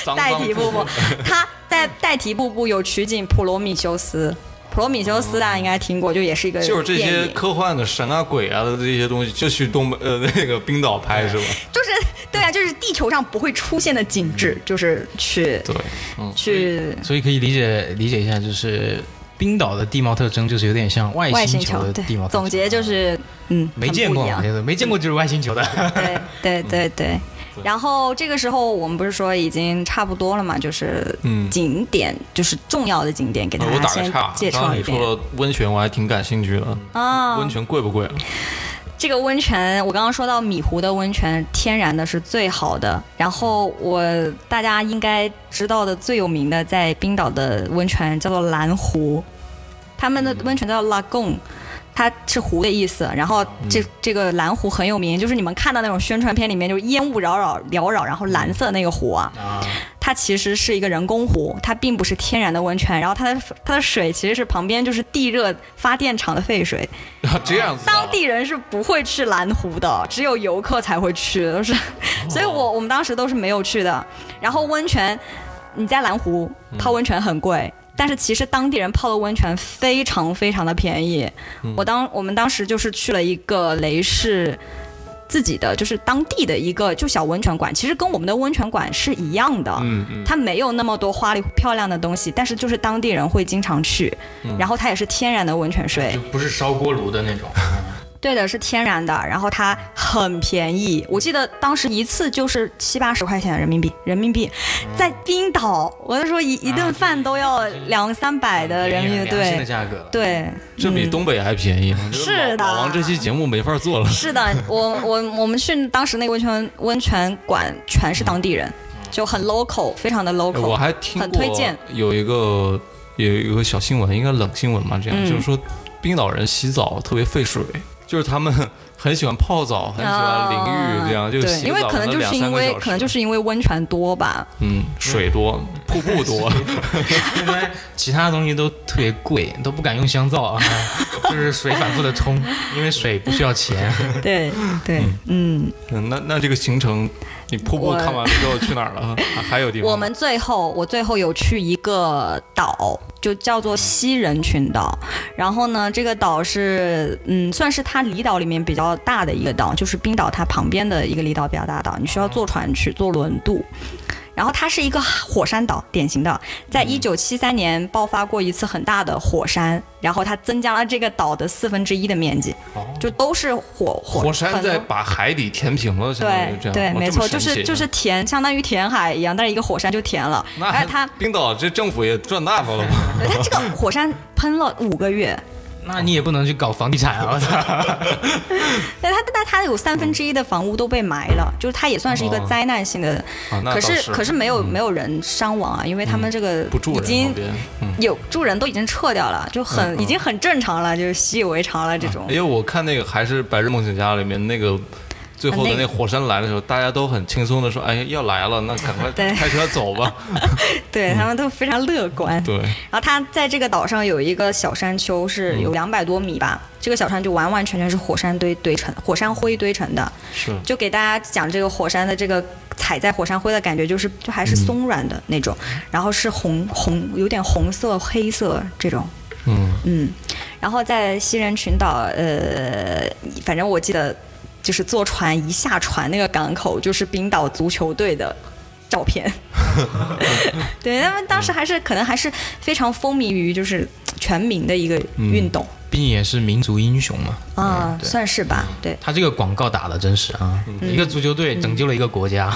[SPEAKER 1] 脏
[SPEAKER 3] 代
[SPEAKER 1] 脏
[SPEAKER 3] 替瀑 布，它在代替瀑布有取景普罗米修斯，普罗米修斯大家应该听过，就也是一个
[SPEAKER 1] 哦就是这
[SPEAKER 3] 电
[SPEAKER 1] 些
[SPEAKER 3] 影
[SPEAKER 1] 科幻的神啊鬼啊的这些东西，就去东北呃 那个冰岛拍是吧？
[SPEAKER 3] 就是对啊，就是地球上不会出现的景致，就是去
[SPEAKER 1] 对，嗯，
[SPEAKER 3] 去
[SPEAKER 2] 所以可以理解理解一下，就是冰岛的地貌特征就是有点像外
[SPEAKER 3] 外星
[SPEAKER 2] 球
[SPEAKER 3] 球。
[SPEAKER 2] 的地貌
[SPEAKER 3] 对，
[SPEAKER 2] 特征。
[SPEAKER 3] 总结就是嗯，
[SPEAKER 2] 没
[SPEAKER 3] 很
[SPEAKER 2] 见
[SPEAKER 3] 不
[SPEAKER 2] 过
[SPEAKER 3] 一样
[SPEAKER 2] 嘛，就是没见过就是外星球 的。
[SPEAKER 3] 对
[SPEAKER 1] 嗯
[SPEAKER 3] 对对对。然后这个时候，我们不是说已经差不多了嘛，就是
[SPEAKER 1] 嗯啊
[SPEAKER 3] 景点，就是重要的景点，给大
[SPEAKER 1] 我
[SPEAKER 3] 家
[SPEAKER 1] 打个
[SPEAKER 3] 啊先
[SPEAKER 1] 岔，
[SPEAKER 3] 介
[SPEAKER 1] 刚
[SPEAKER 3] 绍
[SPEAKER 1] 刚
[SPEAKER 3] 一
[SPEAKER 1] 你
[SPEAKER 3] 遍
[SPEAKER 1] 说了温泉，我还挺感兴趣的。
[SPEAKER 3] 啊。
[SPEAKER 1] 温泉贵不贵啊？
[SPEAKER 3] 这个温泉，我刚刚说到米湖的温泉，天然的是最好的。然后我大家应该知道的最有名的，在冰岛的温泉叫做蓝湖，他们的温泉叫 Lagoon。它是湖的意思，然后这、这个蓝湖很有名，就是你们看到那种宣传片里面，就是烟雾缭绕缭绕，然后蓝色那个湖啊，它其实是一个人工湖，它并不是天然的温泉。然后它的它的水其实是旁边就是地热发电厂的废水，
[SPEAKER 1] 这样子、啊
[SPEAKER 3] 当，地人是不会去蓝湖的，只有游客才会去，都是， 所以我我们当时都是没有去的。然后温泉，你在蓝湖泡温泉很贵。但是其实当地人泡的温泉非常非常的便宜，我当我们当时就是去了一个雷士自己的，就是当地的一个就小温泉馆，其实跟我们的温泉馆是一样的，
[SPEAKER 1] 嗯嗯，
[SPEAKER 3] 它没有那么多花里漂亮的东西，但是就是当地人会经常去，然后它也是天然的温泉水，
[SPEAKER 2] 就不是烧锅炉的那种。
[SPEAKER 3] 对的，是天然的，然后它很便宜，我记得当时一次就是七八十块钱人民币，人民币，在冰岛，我就说一一顿饭都要两三百的人民币，
[SPEAKER 2] 良心的
[SPEAKER 3] 对
[SPEAKER 2] 价格了。
[SPEAKER 3] 对，
[SPEAKER 1] 这比东北还便宜。我觉得
[SPEAKER 3] 是的
[SPEAKER 1] 老老王这期节目没法做了。
[SPEAKER 3] 是的，我我我们去当时那个温泉温泉馆全是当地人，就很 local，非常的
[SPEAKER 1] 哎我
[SPEAKER 3] local，
[SPEAKER 1] 还听
[SPEAKER 3] 很
[SPEAKER 1] 过
[SPEAKER 3] 推荐
[SPEAKER 1] 有一个有一个小新闻，应该冷新闻嘛，这样、
[SPEAKER 3] 嗯
[SPEAKER 1] 就是说冰岛人洗澡特别费水，就是他们很喜欢泡澡，很喜欢淋浴，
[SPEAKER 3] 啊
[SPEAKER 1] 这样就
[SPEAKER 3] 对，
[SPEAKER 1] 洗
[SPEAKER 3] 因为
[SPEAKER 1] 澡
[SPEAKER 3] 可能
[SPEAKER 1] 能
[SPEAKER 3] 就是
[SPEAKER 1] 两
[SPEAKER 3] 因
[SPEAKER 1] 三个
[SPEAKER 3] 为
[SPEAKER 1] 小时
[SPEAKER 3] 可能就是因为温泉多吧，
[SPEAKER 1] 嗯水多，瀑布 多，
[SPEAKER 2] 因为其他东西都特别贵，都不敢用香皂啊， 就是水反复的冲，因为水不需要 钱。
[SPEAKER 3] 对 对，嗯。
[SPEAKER 1] 嗯那那这个行程你瀑布
[SPEAKER 3] 我
[SPEAKER 1] 看完了之后去哪儿了？ 还还有地方吗？
[SPEAKER 3] 我们最后，我最后有去一个岛，就叫做西人群岛。然后呢，这个岛是，嗯，算是它离岛里面比较大的一个岛，就是冰岛它旁边的一个离岛比较大的岛，你需要坐船去，坐轮渡。然后它是一个火山岛，典型的，
[SPEAKER 1] 嗯
[SPEAKER 3] 在一九七三年爆发过一次很大的火山，然后它增加了这个岛的四分之一的面积，
[SPEAKER 1] 哦
[SPEAKER 3] 就都是火火
[SPEAKER 1] 火山
[SPEAKER 3] 很多
[SPEAKER 1] 在把海底填平了，相当于这
[SPEAKER 3] 对
[SPEAKER 1] 样，
[SPEAKER 3] 对，
[SPEAKER 1] 哇
[SPEAKER 3] 没
[SPEAKER 1] 这么
[SPEAKER 3] 错，就
[SPEAKER 1] 神
[SPEAKER 3] 是
[SPEAKER 1] 奇嗯
[SPEAKER 3] 就是填，相当于填海一样，但是一个火山就填了，
[SPEAKER 1] 那
[SPEAKER 3] 而且 它
[SPEAKER 1] 冰岛这政府也赚大发了吧？
[SPEAKER 3] 对它这个火山喷了五个月，
[SPEAKER 2] 那你也不能去搞房地产啊！我 操，
[SPEAKER 3] 但它但它有三分之一的房屋都被埋了，就是它也算是一个
[SPEAKER 1] 哦
[SPEAKER 3] 灾难性的，
[SPEAKER 1] 啊，那倒
[SPEAKER 3] 可是
[SPEAKER 1] 是嗯
[SPEAKER 3] 可是没有、没有人伤亡啊，因为他们这个
[SPEAKER 1] 不住
[SPEAKER 3] 已
[SPEAKER 1] 人
[SPEAKER 3] 经
[SPEAKER 1] 旁边。嗯
[SPEAKER 3] 有住人都已经撤掉了，就很、已经很正常了，就是习以为常了这种。
[SPEAKER 1] 因为我看那个还是《白日梦想家》里面那个最后的
[SPEAKER 3] 啊那
[SPEAKER 1] 那
[SPEAKER 3] 个
[SPEAKER 1] 火山来的时候，大家都很轻松的说：“哎，要来了，那赶快
[SPEAKER 3] 对
[SPEAKER 1] 开车走 吧。嗯
[SPEAKER 3] 对他们都非常乐观”。
[SPEAKER 1] 对，
[SPEAKER 3] 然后它在这个岛上有一个小山丘，是有两百多米吧，这个小山就完完全全是火山堆堆成、火山灰堆成的。
[SPEAKER 1] 是
[SPEAKER 3] 就给大家讲这个火山的这个踩在火山灰的感觉，就是就还是松软的那种，然后是红红有点红色、黑色这种，
[SPEAKER 1] 嗯，
[SPEAKER 3] 嗯，然后在西人群岛，呃，反正我记得就是坐船一下船那个港口就是冰岛足球队的。照片，对他们当时还是可能还是非常风靡于就是全民的一个运动
[SPEAKER 2] 毕竟也是民族英雄嘛。
[SPEAKER 3] 啊、
[SPEAKER 2] 对
[SPEAKER 3] 算是吧，对。
[SPEAKER 2] 他这个广告打的真是啊，一个足球队拯救了一个国家。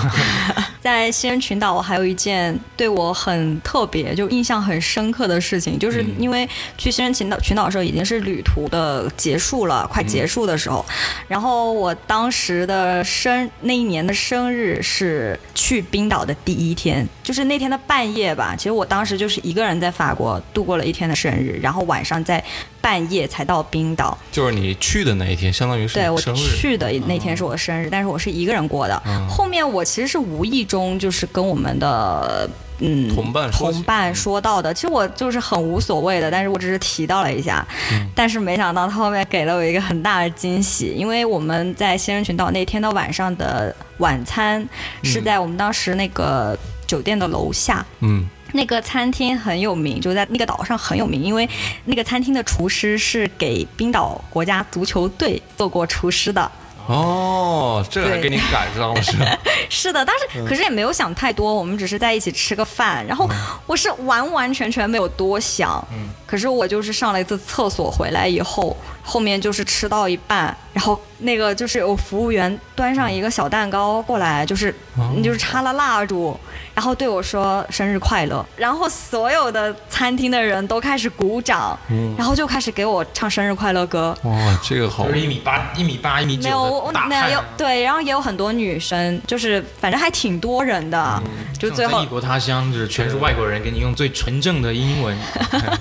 [SPEAKER 3] 在西人群岛，我还有一件对我很特别，就印象很深刻的事情，就是因为去西人群岛群岛的时候已经是旅途的结束了，快结束的时候，然后我当时的生那一年的生日是去冰岛的第一天，就是那天的半夜吧。其实我当时就是一个人在法国度过了一天的生日，然后晚上在半夜才到冰岛。
[SPEAKER 1] 就是你去的那一天，相当于是
[SPEAKER 3] 对
[SPEAKER 1] 你
[SPEAKER 3] 我
[SPEAKER 1] 生日。嗯
[SPEAKER 3] 去的那天是我的生日，但是我是一个人过的。后面我其实是无意中就是跟我们的嗯
[SPEAKER 1] 同伴说起
[SPEAKER 3] 同伴说到的，其实我就是很无所谓的，但是我只是提到了一下，
[SPEAKER 1] 嗯
[SPEAKER 3] 但是没想到他后面给了我一个很大的惊喜，因为我们在仙人群岛那天的晚上的晚餐是在我们当时那个酒店的楼下，
[SPEAKER 1] 嗯
[SPEAKER 3] 那个餐厅很有名，就在那个岛上很有名，因为那个餐厅的厨师是给冰岛国家足球队做过厨师的。
[SPEAKER 1] 哦，这还给你赶上了 是吧？
[SPEAKER 3] 是的，但是可是也没有想太多，我们只是在一起吃个饭，然后我是完完全全没有多想。可是我就是上了一次厕所回来以后，后面就是吃到一半，然后那个就是有服务员端上一个小蛋糕过来，就是
[SPEAKER 1] 哦
[SPEAKER 3] 你就是插了蜡烛，然后对我说生日快乐，然后所有的餐厅的人都开始鼓掌，然后就开始给我唱生日快乐歌。
[SPEAKER 1] 嗯哇，这个好
[SPEAKER 2] 就是一米八、一米八、一米
[SPEAKER 3] 没有，
[SPEAKER 2] 九
[SPEAKER 3] 我
[SPEAKER 2] 的大
[SPEAKER 3] 没有
[SPEAKER 2] 汉，
[SPEAKER 3] 对，然后也有很多女生，就是反正还挺多人的，
[SPEAKER 1] 嗯
[SPEAKER 3] 就最
[SPEAKER 2] 像在
[SPEAKER 3] 后
[SPEAKER 2] 异国他乡，就是全是外国人，给你用最纯正的英 文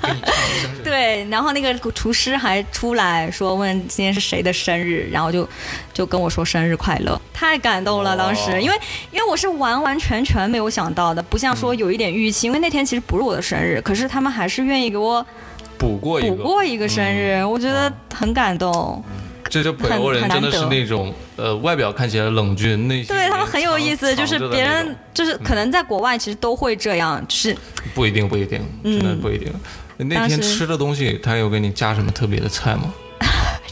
[SPEAKER 2] 给你唱生日。
[SPEAKER 3] 对，然后那个厨师还出来说问今天是谁的生日，然后就就跟我说生日快乐，太感动
[SPEAKER 1] 哦
[SPEAKER 3] 了。当时因为因为我是完完全全没有想到的，不像说
[SPEAKER 1] 嗯
[SPEAKER 3] 有一点预期，因为那天其实不是我的生日，可是他们还是愿意给我
[SPEAKER 1] 补过一
[SPEAKER 3] 补
[SPEAKER 1] 个，嗯
[SPEAKER 3] 过一个生日，我觉得很感动。
[SPEAKER 1] 这就北欧人真的是那种呃，外表看起来冷峻，内心
[SPEAKER 3] 对他们很有意思，
[SPEAKER 1] 藏
[SPEAKER 3] 就是
[SPEAKER 1] 藏着的
[SPEAKER 3] 别
[SPEAKER 1] 那
[SPEAKER 3] 人
[SPEAKER 1] 种嗯
[SPEAKER 3] 就是可能在国外其实都会这样，就是
[SPEAKER 1] 不一定不一定，真的不一定。那
[SPEAKER 3] 嗯当
[SPEAKER 1] 天
[SPEAKER 3] 时
[SPEAKER 1] 吃的东西，他有给你加什么特别的菜吗？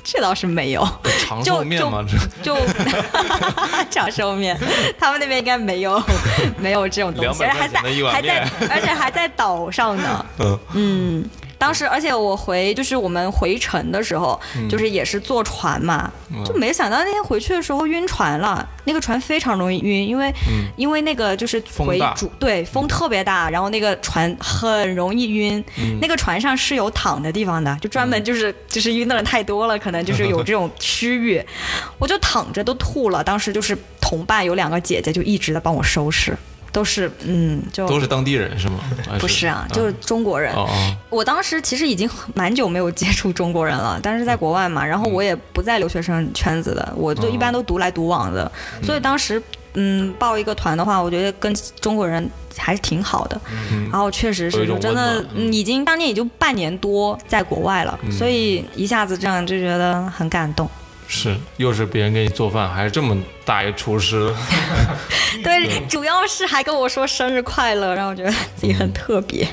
[SPEAKER 3] 这倒是没有，
[SPEAKER 1] 长
[SPEAKER 3] 就
[SPEAKER 1] 寿面吗？这
[SPEAKER 3] 就 长寿面，他们那边应该没有没有这种东西，
[SPEAKER 1] 200
[SPEAKER 3] 而且还在
[SPEAKER 1] 块钱的一碗
[SPEAKER 3] 还在
[SPEAKER 1] 面
[SPEAKER 3] 而且还在岛上呢。
[SPEAKER 1] 嗯
[SPEAKER 3] 嗯，当时而且我回就是我们回程的时候，
[SPEAKER 1] 嗯
[SPEAKER 3] 就是也是坐船嘛，就没想到那天回去的时候晕船了。那个船非常容易晕，因为、因为那个就是
[SPEAKER 1] 嗯风
[SPEAKER 3] 回
[SPEAKER 1] 大嗯
[SPEAKER 3] 主对风特别大，然后那个船很容易晕。
[SPEAKER 1] 嗯
[SPEAKER 3] 那个船上是有躺的地方的，就专门就是、就是晕的人太多了，可能就是有这种区域。我就躺着都吐了，当时就是同伴有两个姐姐就一直在帮我收拾，都是嗯就
[SPEAKER 1] 都是当地人是吗？还
[SPEAKER 3] 不是啊，就是中国人。
[SPEAKER 1] 哦哦，
[SPEAKER 3] 我当时其实已经很蛮久没有接触中国人
[SPEAKER 1] 嗯
[SPEAKER 3] 了，但是在国外嘛，然后我也不在留学生圈子的，我就一般都独来独往的，所以当时嗯报一个团的话，我觉得跟中国人还是挺好的。
[SPEAKER 1] 嗯
[SPEAKER 3] 然后确实
[SPEAKER 1] 有一
[SPEAKER 3] 是
[SPEAKER 1] 种
[SPEAKER 3] 真
[SPEAKER 1] 温
[SPEAKER 3] 的
[SPEAKER 1] 暖，嗯
[SPEAKER 3] 嗯已经当年也就半年多在国外了，所以一下子这样就觉得很感动。
[SPEAKER 1] 是，又是别人给你做饭，还是这么大一厨师，嗯
[SPEAKER 3] 对，主要是还跟我说生日快乐，让我觉得自己
[SPEAKER 1] 嗯
[SPEAKER 3] 很特别，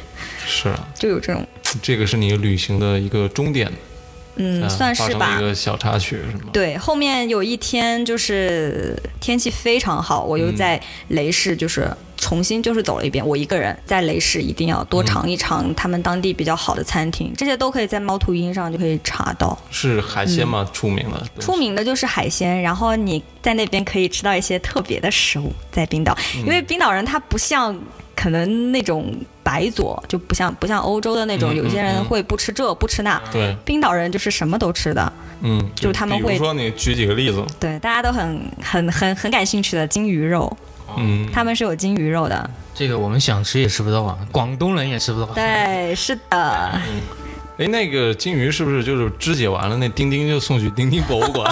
[SPEAKER 1] 是啊，
[SPEAKER 3] 就有这种
[SPEAKER 1] 这个是你旅行的一个终点，
[SPEAKER 3] 嗯，
[SPEAKER 1] 呃
[SPEAKER 3] 算
[SPEAKER 1] 发
[SPEAKER 3] 是
[SPEAKER 1] 生
[SPEAKER 3] 吧。
[SPEAKER 1] 了一个小插曲是吗？
[SPEAKER 3] 对，后面有一天就是天气非常好，我
[SPEAKER 1] 嗯
[SPEAKER 3] 又在雷市就是重新就是走了一遍。我一个人在雷市一定要
[SPEAKER 1] 嗯
[SPEAKER 3] 多尝一尝他们当地比较好的餐厅，这些都可以在猫头鹰上就可以查到。
[SPEAKER 1] 是海鲜吗？出名了，
[SPEAKER 3] 嗯出名的就是海鲜，然后你在那边可以吃到一些特别的食物，在冰岛，
[SPEAKER 1] 嗯
[SPEAKER 3] 因为冰岛人他不像可能那种白左，就不像不像欧洲的那种，
[SPEAKER 1] 嗯
[SPEAKER 3] 有些
[SPEAKER 1] 嗯
[SPEAKER 3] 人
[SPEAKER 1] 嗯
[SPEAKER 3] 会不吃这不吃那。
[SPEAKER 1] 对，
[SPEAKER 3] 冰岛人就是什么都吃的，
[SPEAKER 1] 嗯，
[SPEAKER 3] 就是他们
[SPEAKER 1] 比
[SPEAKER 3] 会
[SPEAKER 1] 如说你举几个例子，
[SPEAKER 3] 对，大家都很很很很感兴趣的金鱼肉，
[SPEAKER 1] 嗯，
[SPEAKER 3] 他们是有金鱼肉的。
[SPEAKER 2] 这个我们想吃也吃不到啊，广东人也吃不
[SPEAKER 1] 嗯
[SPEAKER 2] 到。
[SPEAKER 3] 对，是的，
[SPEAKER 1] 哎，那个金鱼是不是就是肢解完了，那丁丁就送去丁丁博物馆？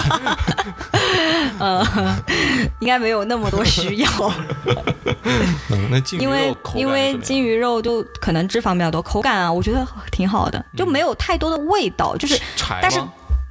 [SPEAKER 3] 呃应该没有那么多需 要，
[SPEAKER 1] 嗯，那金鱼
[SPEAKER 3] 因为
[SPEAKER 1] 肉口感
[SPEAKER 3] 因
[SPEAKER 1] 是
[SPEAKER 3] 为
[SPEAKER 1] 怎么样
[SPEAKER 3] 金鱼肉就可能脂肪比较多，口感啊，我觉得挺好的，就没有太多的味道，就是
[SPEAKER 1] 嗯柴吗，
[SPEAKER 3] 但是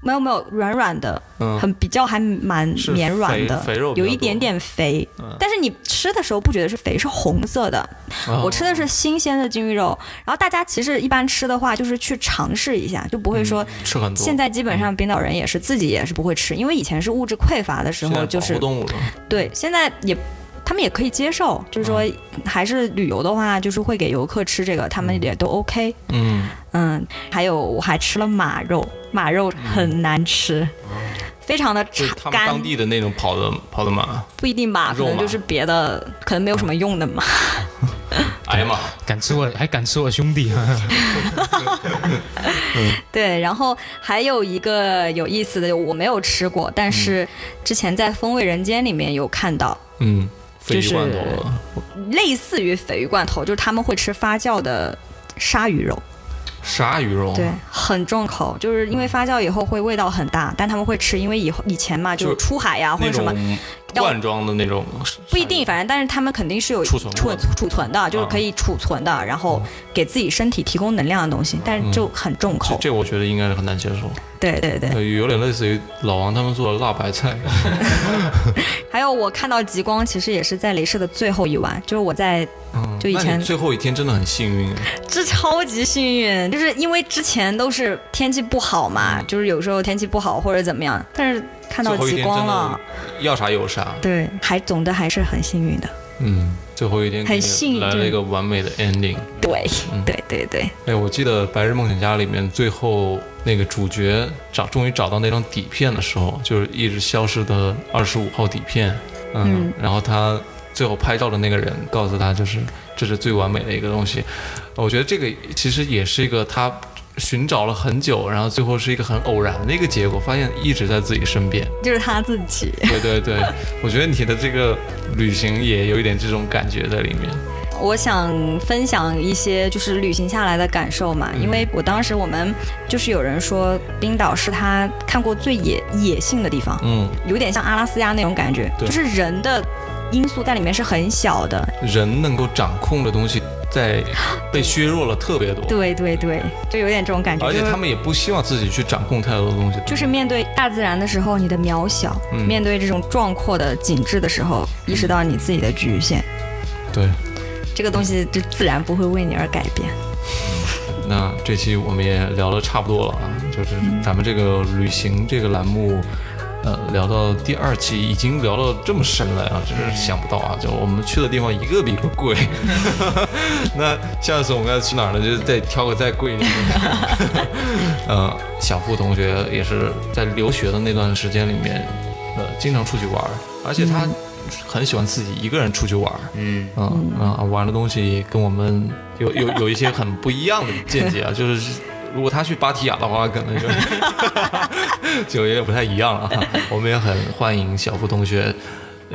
[SPEAKER 3] 没有没有软软的，
[SPEAKER 1] 嗯
[SPEAKER 3] 很比较还蛮
[SPEAKER 1] 是
[SPEAKER 3] 绵软的，
[SPEAKER 1] 肥肥肉比较多
[SPEAKER 3] 有一点点肥
[SPEAKER 1] 嗯，
[SPEAKER 3] 但是你吃的时候不觉得是肥，是红色的。
[SPEAKER 1] 哦
[SPEAKER 3] 我吃的是新鲜的金鱼肉，然后大家其实一般吃的话就是去尝试一下，就不会说
[SPEAKER 1] 吃很嗯多，
[SPEAKER 3] 现在基本上冰岛人也是自己也是不会吃，因为以前是物质匮乏的时
[SPEAKER 1] 现在
[SPEAKER 3] 候，就
[SPEAKER 1] 保
[SPEAKER 3] 是
[SPEAKER 1] 护动物了，嗯
[SPEAKER 3] 对，现在也他们也可以接受，就是说还是旅游的话，就是会给游客吃这个，他们也都 OK。
[SPEAKER 1] 嗯，
[SPEAKER 3] 嗯，还有我还吃了马肉，马肉很难吃，非常的
[SPEAKER 1] 嗯就是他们
[SPEAKER 3] 干
[SPEAKER 1] 当，地的那种跑的跑的马，
[SPEAKER 3] 不一定吧，可
[SPEAKER 1] 肉
[SPEAKER 3] 能就
[SPEAKER 1] 马
[SPEAKER 3] 是别的，可能没有什么用 的嘛。
[SPEAKER 1] 哎呀妈，
[SPEAKER 2] 敢吃我还敢吃我兄弟、啊，
[SPEAKER 3] 对，然后还有一个有意思的，我没有吃过，但是之前在《风味人间》里面有看到。
[SPEAKER 1] 嗯，
[SPEAKER 3] 就
[SPEAKER 1] 鲱鱼
[SPEAKER 3] 是
[SPEAKER 1] 罐头了，
[SPEAKER 3] 类似于鲱鱼罐头，就是他们会吃发酵的鲨鱼肉，
[SPEAKER 1] 鲨鱼肉，
[SPEAKER 3] 对，很重口，就是因为发酵以后会味道很大，但他们会吃，因为以后以前嘛，
[SPEAKER 1] 就是
[SPEAKER 3] 就是出海呀、或
[SPEAKER 1] 那
[SPEAKER 3] 者
[SPEAKER 1] 种
[SPEAKER 3] 什么，但我
[SPEAKER 1] 罐装的那种，
[SPEAKER 3] 不一定，反正但是他们肯定是有
[SPEAKER 1] 储存
[SPEAKER 3] 储
[SPEAKER 1] 过哦的
[SPEAKER 3] 储存的，就是可以储存的，然后给自己身体提供能量的东西，但
[SPEAKER 1] 嗯
[SPEAKER 3] 是就很重
[SPEAKER 1] 这
[SPEAKER 3] 口。
[SPEAKER 1] 这我觉得应该是很难接受，
[SPEAKER 3] 对对对，
[SPEAKER 1] 呃有点类似于老王他们做的辣白 菜，
[SPEAKER 3] 还有我看到极光，其实也是在镭射的最后一晚，就是我在
[SPEAKER 1] 嗯
[SPEAKER 3] 就以
[SPEAKER 1] 那你
[SPEAKER 3] 前
[SPEAKER 1] 最后一天真的很幸运，
[SPEAKER 3] 这超级幸运，就是因为之前都是天气不好嘛，就是有时候天气不好或者怎么样，但是看到
[SPEAKER 1] 最后一
[SPEAKER 3] 极
[SPEAKER 1] 天
[SPEAKER 3] 光
[SPEAKER 1] 真
[SPEAKER 3] 了
[SPEAKER 1] 的，要啥有啥，
[SPEAKER 3] 对，还总的还是很幸运的。
[SPEAKER 1] 嗯，最后一天
[SPEAKER 3] 很
[SPEAKER 1] 给你
[SPEAKER 3] 幸运
[SPEAKER 1] 来了一个完美的 ending。
[SPEAKER 3] 对，对对对，
[SPEAKER 1] 哎，我记得《白日梦想家》里面最后那个主角找终于找到那张底片的时候，就是一直消失的二十五号底片，嗯，
[SPEAKER 3] 嗯
[SPEAKER 1] 然后他最后拍照的那个人告诉他，就是这是最完美的一个东西。我觉得这个其实也是一个他寻找了很久，然后最后是一个很偶然的一个结果，发现一直在自己身边。
[SPEAKER 3] 就是他自己。
[SPEAKER 1] 对对对，我觉得你的这个旅行也有一点这种感觉在里面。
[SPEAKER 3] 我想分享一些就是旅行下来的感受嘛，因为我当时我们就是有人说冰岛是他看过最野野性的地方，
[SPEAKER 1] 嗯，
[SPEAKER 3] 有点像阿拉斯加那种感觉，
[SPEAKER 1] 对
[SPEAKER 3] 就是人的因素在里面是很小的。
[SPEAKER 1] 人能够掌控的东西在被削弱了特别多。
[SPEAKER 3] 对对对，就有点这种感觉。
[SPEAKER 1] 而且
[SPEAKER 3] 就是
[SPEAKER 1] 他们也不希望自己去掌控太多的东西，
[SPEAKER 3] 就是面对大自然的时候，你的渺小；
[SPEAKER 1] 嗯
[SPEAKER 3] 面对这种壮阔的景致的时候，意识到你自己的局限。
[SPEAKER 1] 对。
[SPEAKER 3] 这个东西就自然不会为你而改变。
[SPEAKER 1] 那这期我们也聊的差不多了啊，就是咱们这个旅行这个栏目，呃，聊到第二期已经聊到这么深了啊，真是想不到啊！就我们去的地方一个比一个贵， 那下次我们要去哪儿呢？就再挑个再贵一点的。 呃，小付同学也是在留学的那段时间里面，呃，经常出去玩儿，而且
[SPEAKER 3] 嗯
[SPEAKER 1] 他很喜欢自己一个人出去玩儿。
[SPEAKER 4] 嗯，
[SPEAKER 1] 嗯啊，玩的东西跟我们有有有一些很不一样的见 解啊，就是。如果他去芭提雅的话，可能就就有点不太一样了啊。我们也很欢迎小付同学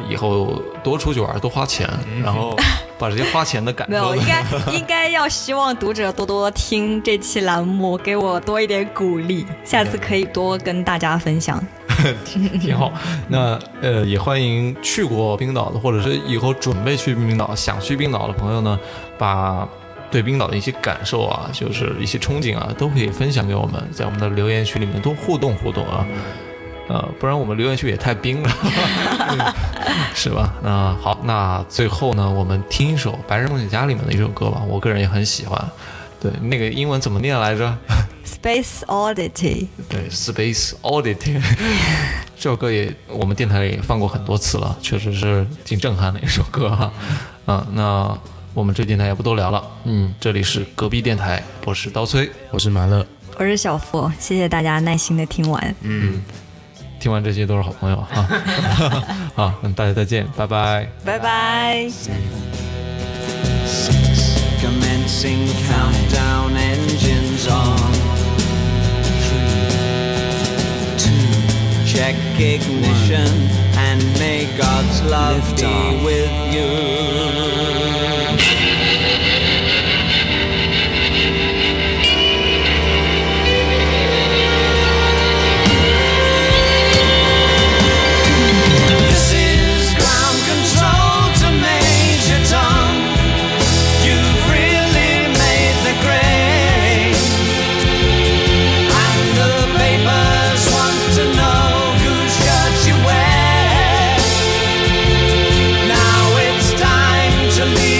[SPEAKER 1] 以后多出去玩，多花钱，然后把这些花钱的感
[SPEAKER 3] 嗯没有，
[SPEAKER 1] 受呢
[SPEAKER 3] 应该 应该要希望读者多多听这期栏目，给我多一点鼓励，下次可以多跟大家分享。
[SPEAKER 1] 嗯挺好。那呃，也欢迎去过冰岛的，或者是以后准备去冰岛、想去冰岛的朋友呢，把对冰岛的一些感受啊，就是一些憧憬啊，都可以分享给我们，在我们的留言区里面多互动互动啊。呃，不然我们留言区也太冰了， 嗯是吧？那好，那最后呢，我们听一首《白日梦想家》里面的一首歌吧，我个人也很喜欢。对，那个英文怎么念来着？
[SPEAKER 3] Space Oddity，
[SPEAKER 1] 对，Space Oddity 这首歌也我们电台里也放过很多次了，确实是挺震撼的一首歌哈、嗯，那我们这电台也不多聊了，嗯，这里是隔壁电台，我是刀崔。
[SPEAKER 2] 我是马乐，
[SPEAKER 3] 我是小付，谢谢大家耐心的听完，
[SPEAKER 1] 嗯听完这些都是好朋友哈， 好，那大家再见，拜拜。
[SPEAKER 3] 拜拜。
[SPEAKER 4] commencing countdown engines on. Three, two, check ignition and may God's love be with you. This is ground control to Major Tom. You've really made the grade. And the papers want to know whose shirt you wear. Now it's time to leave.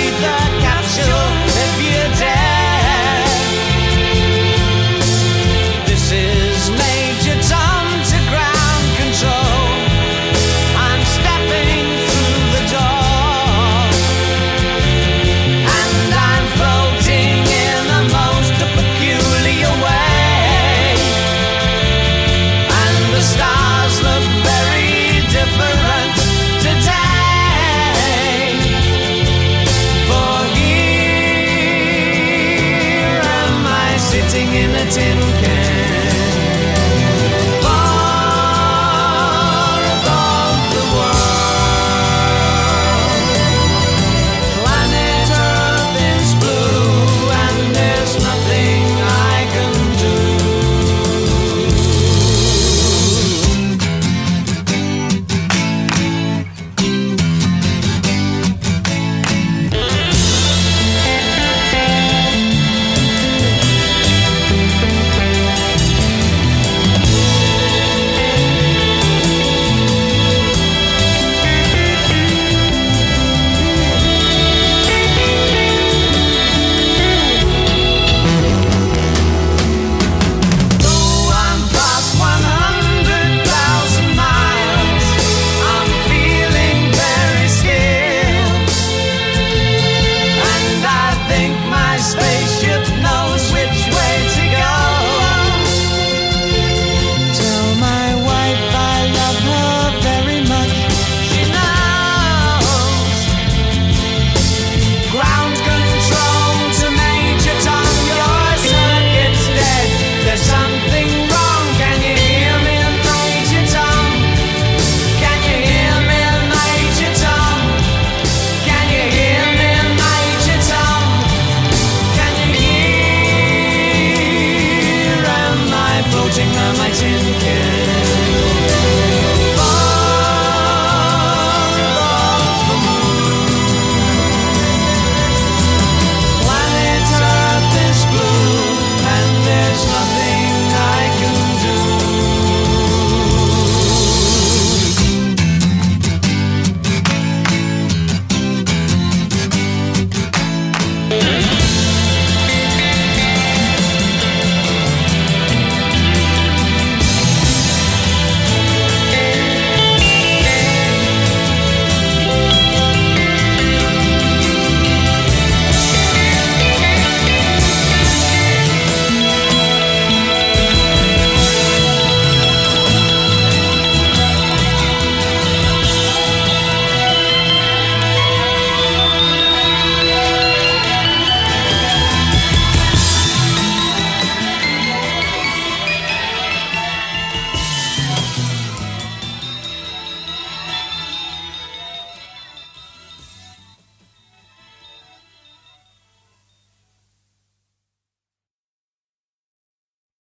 [SPEAKER 4] in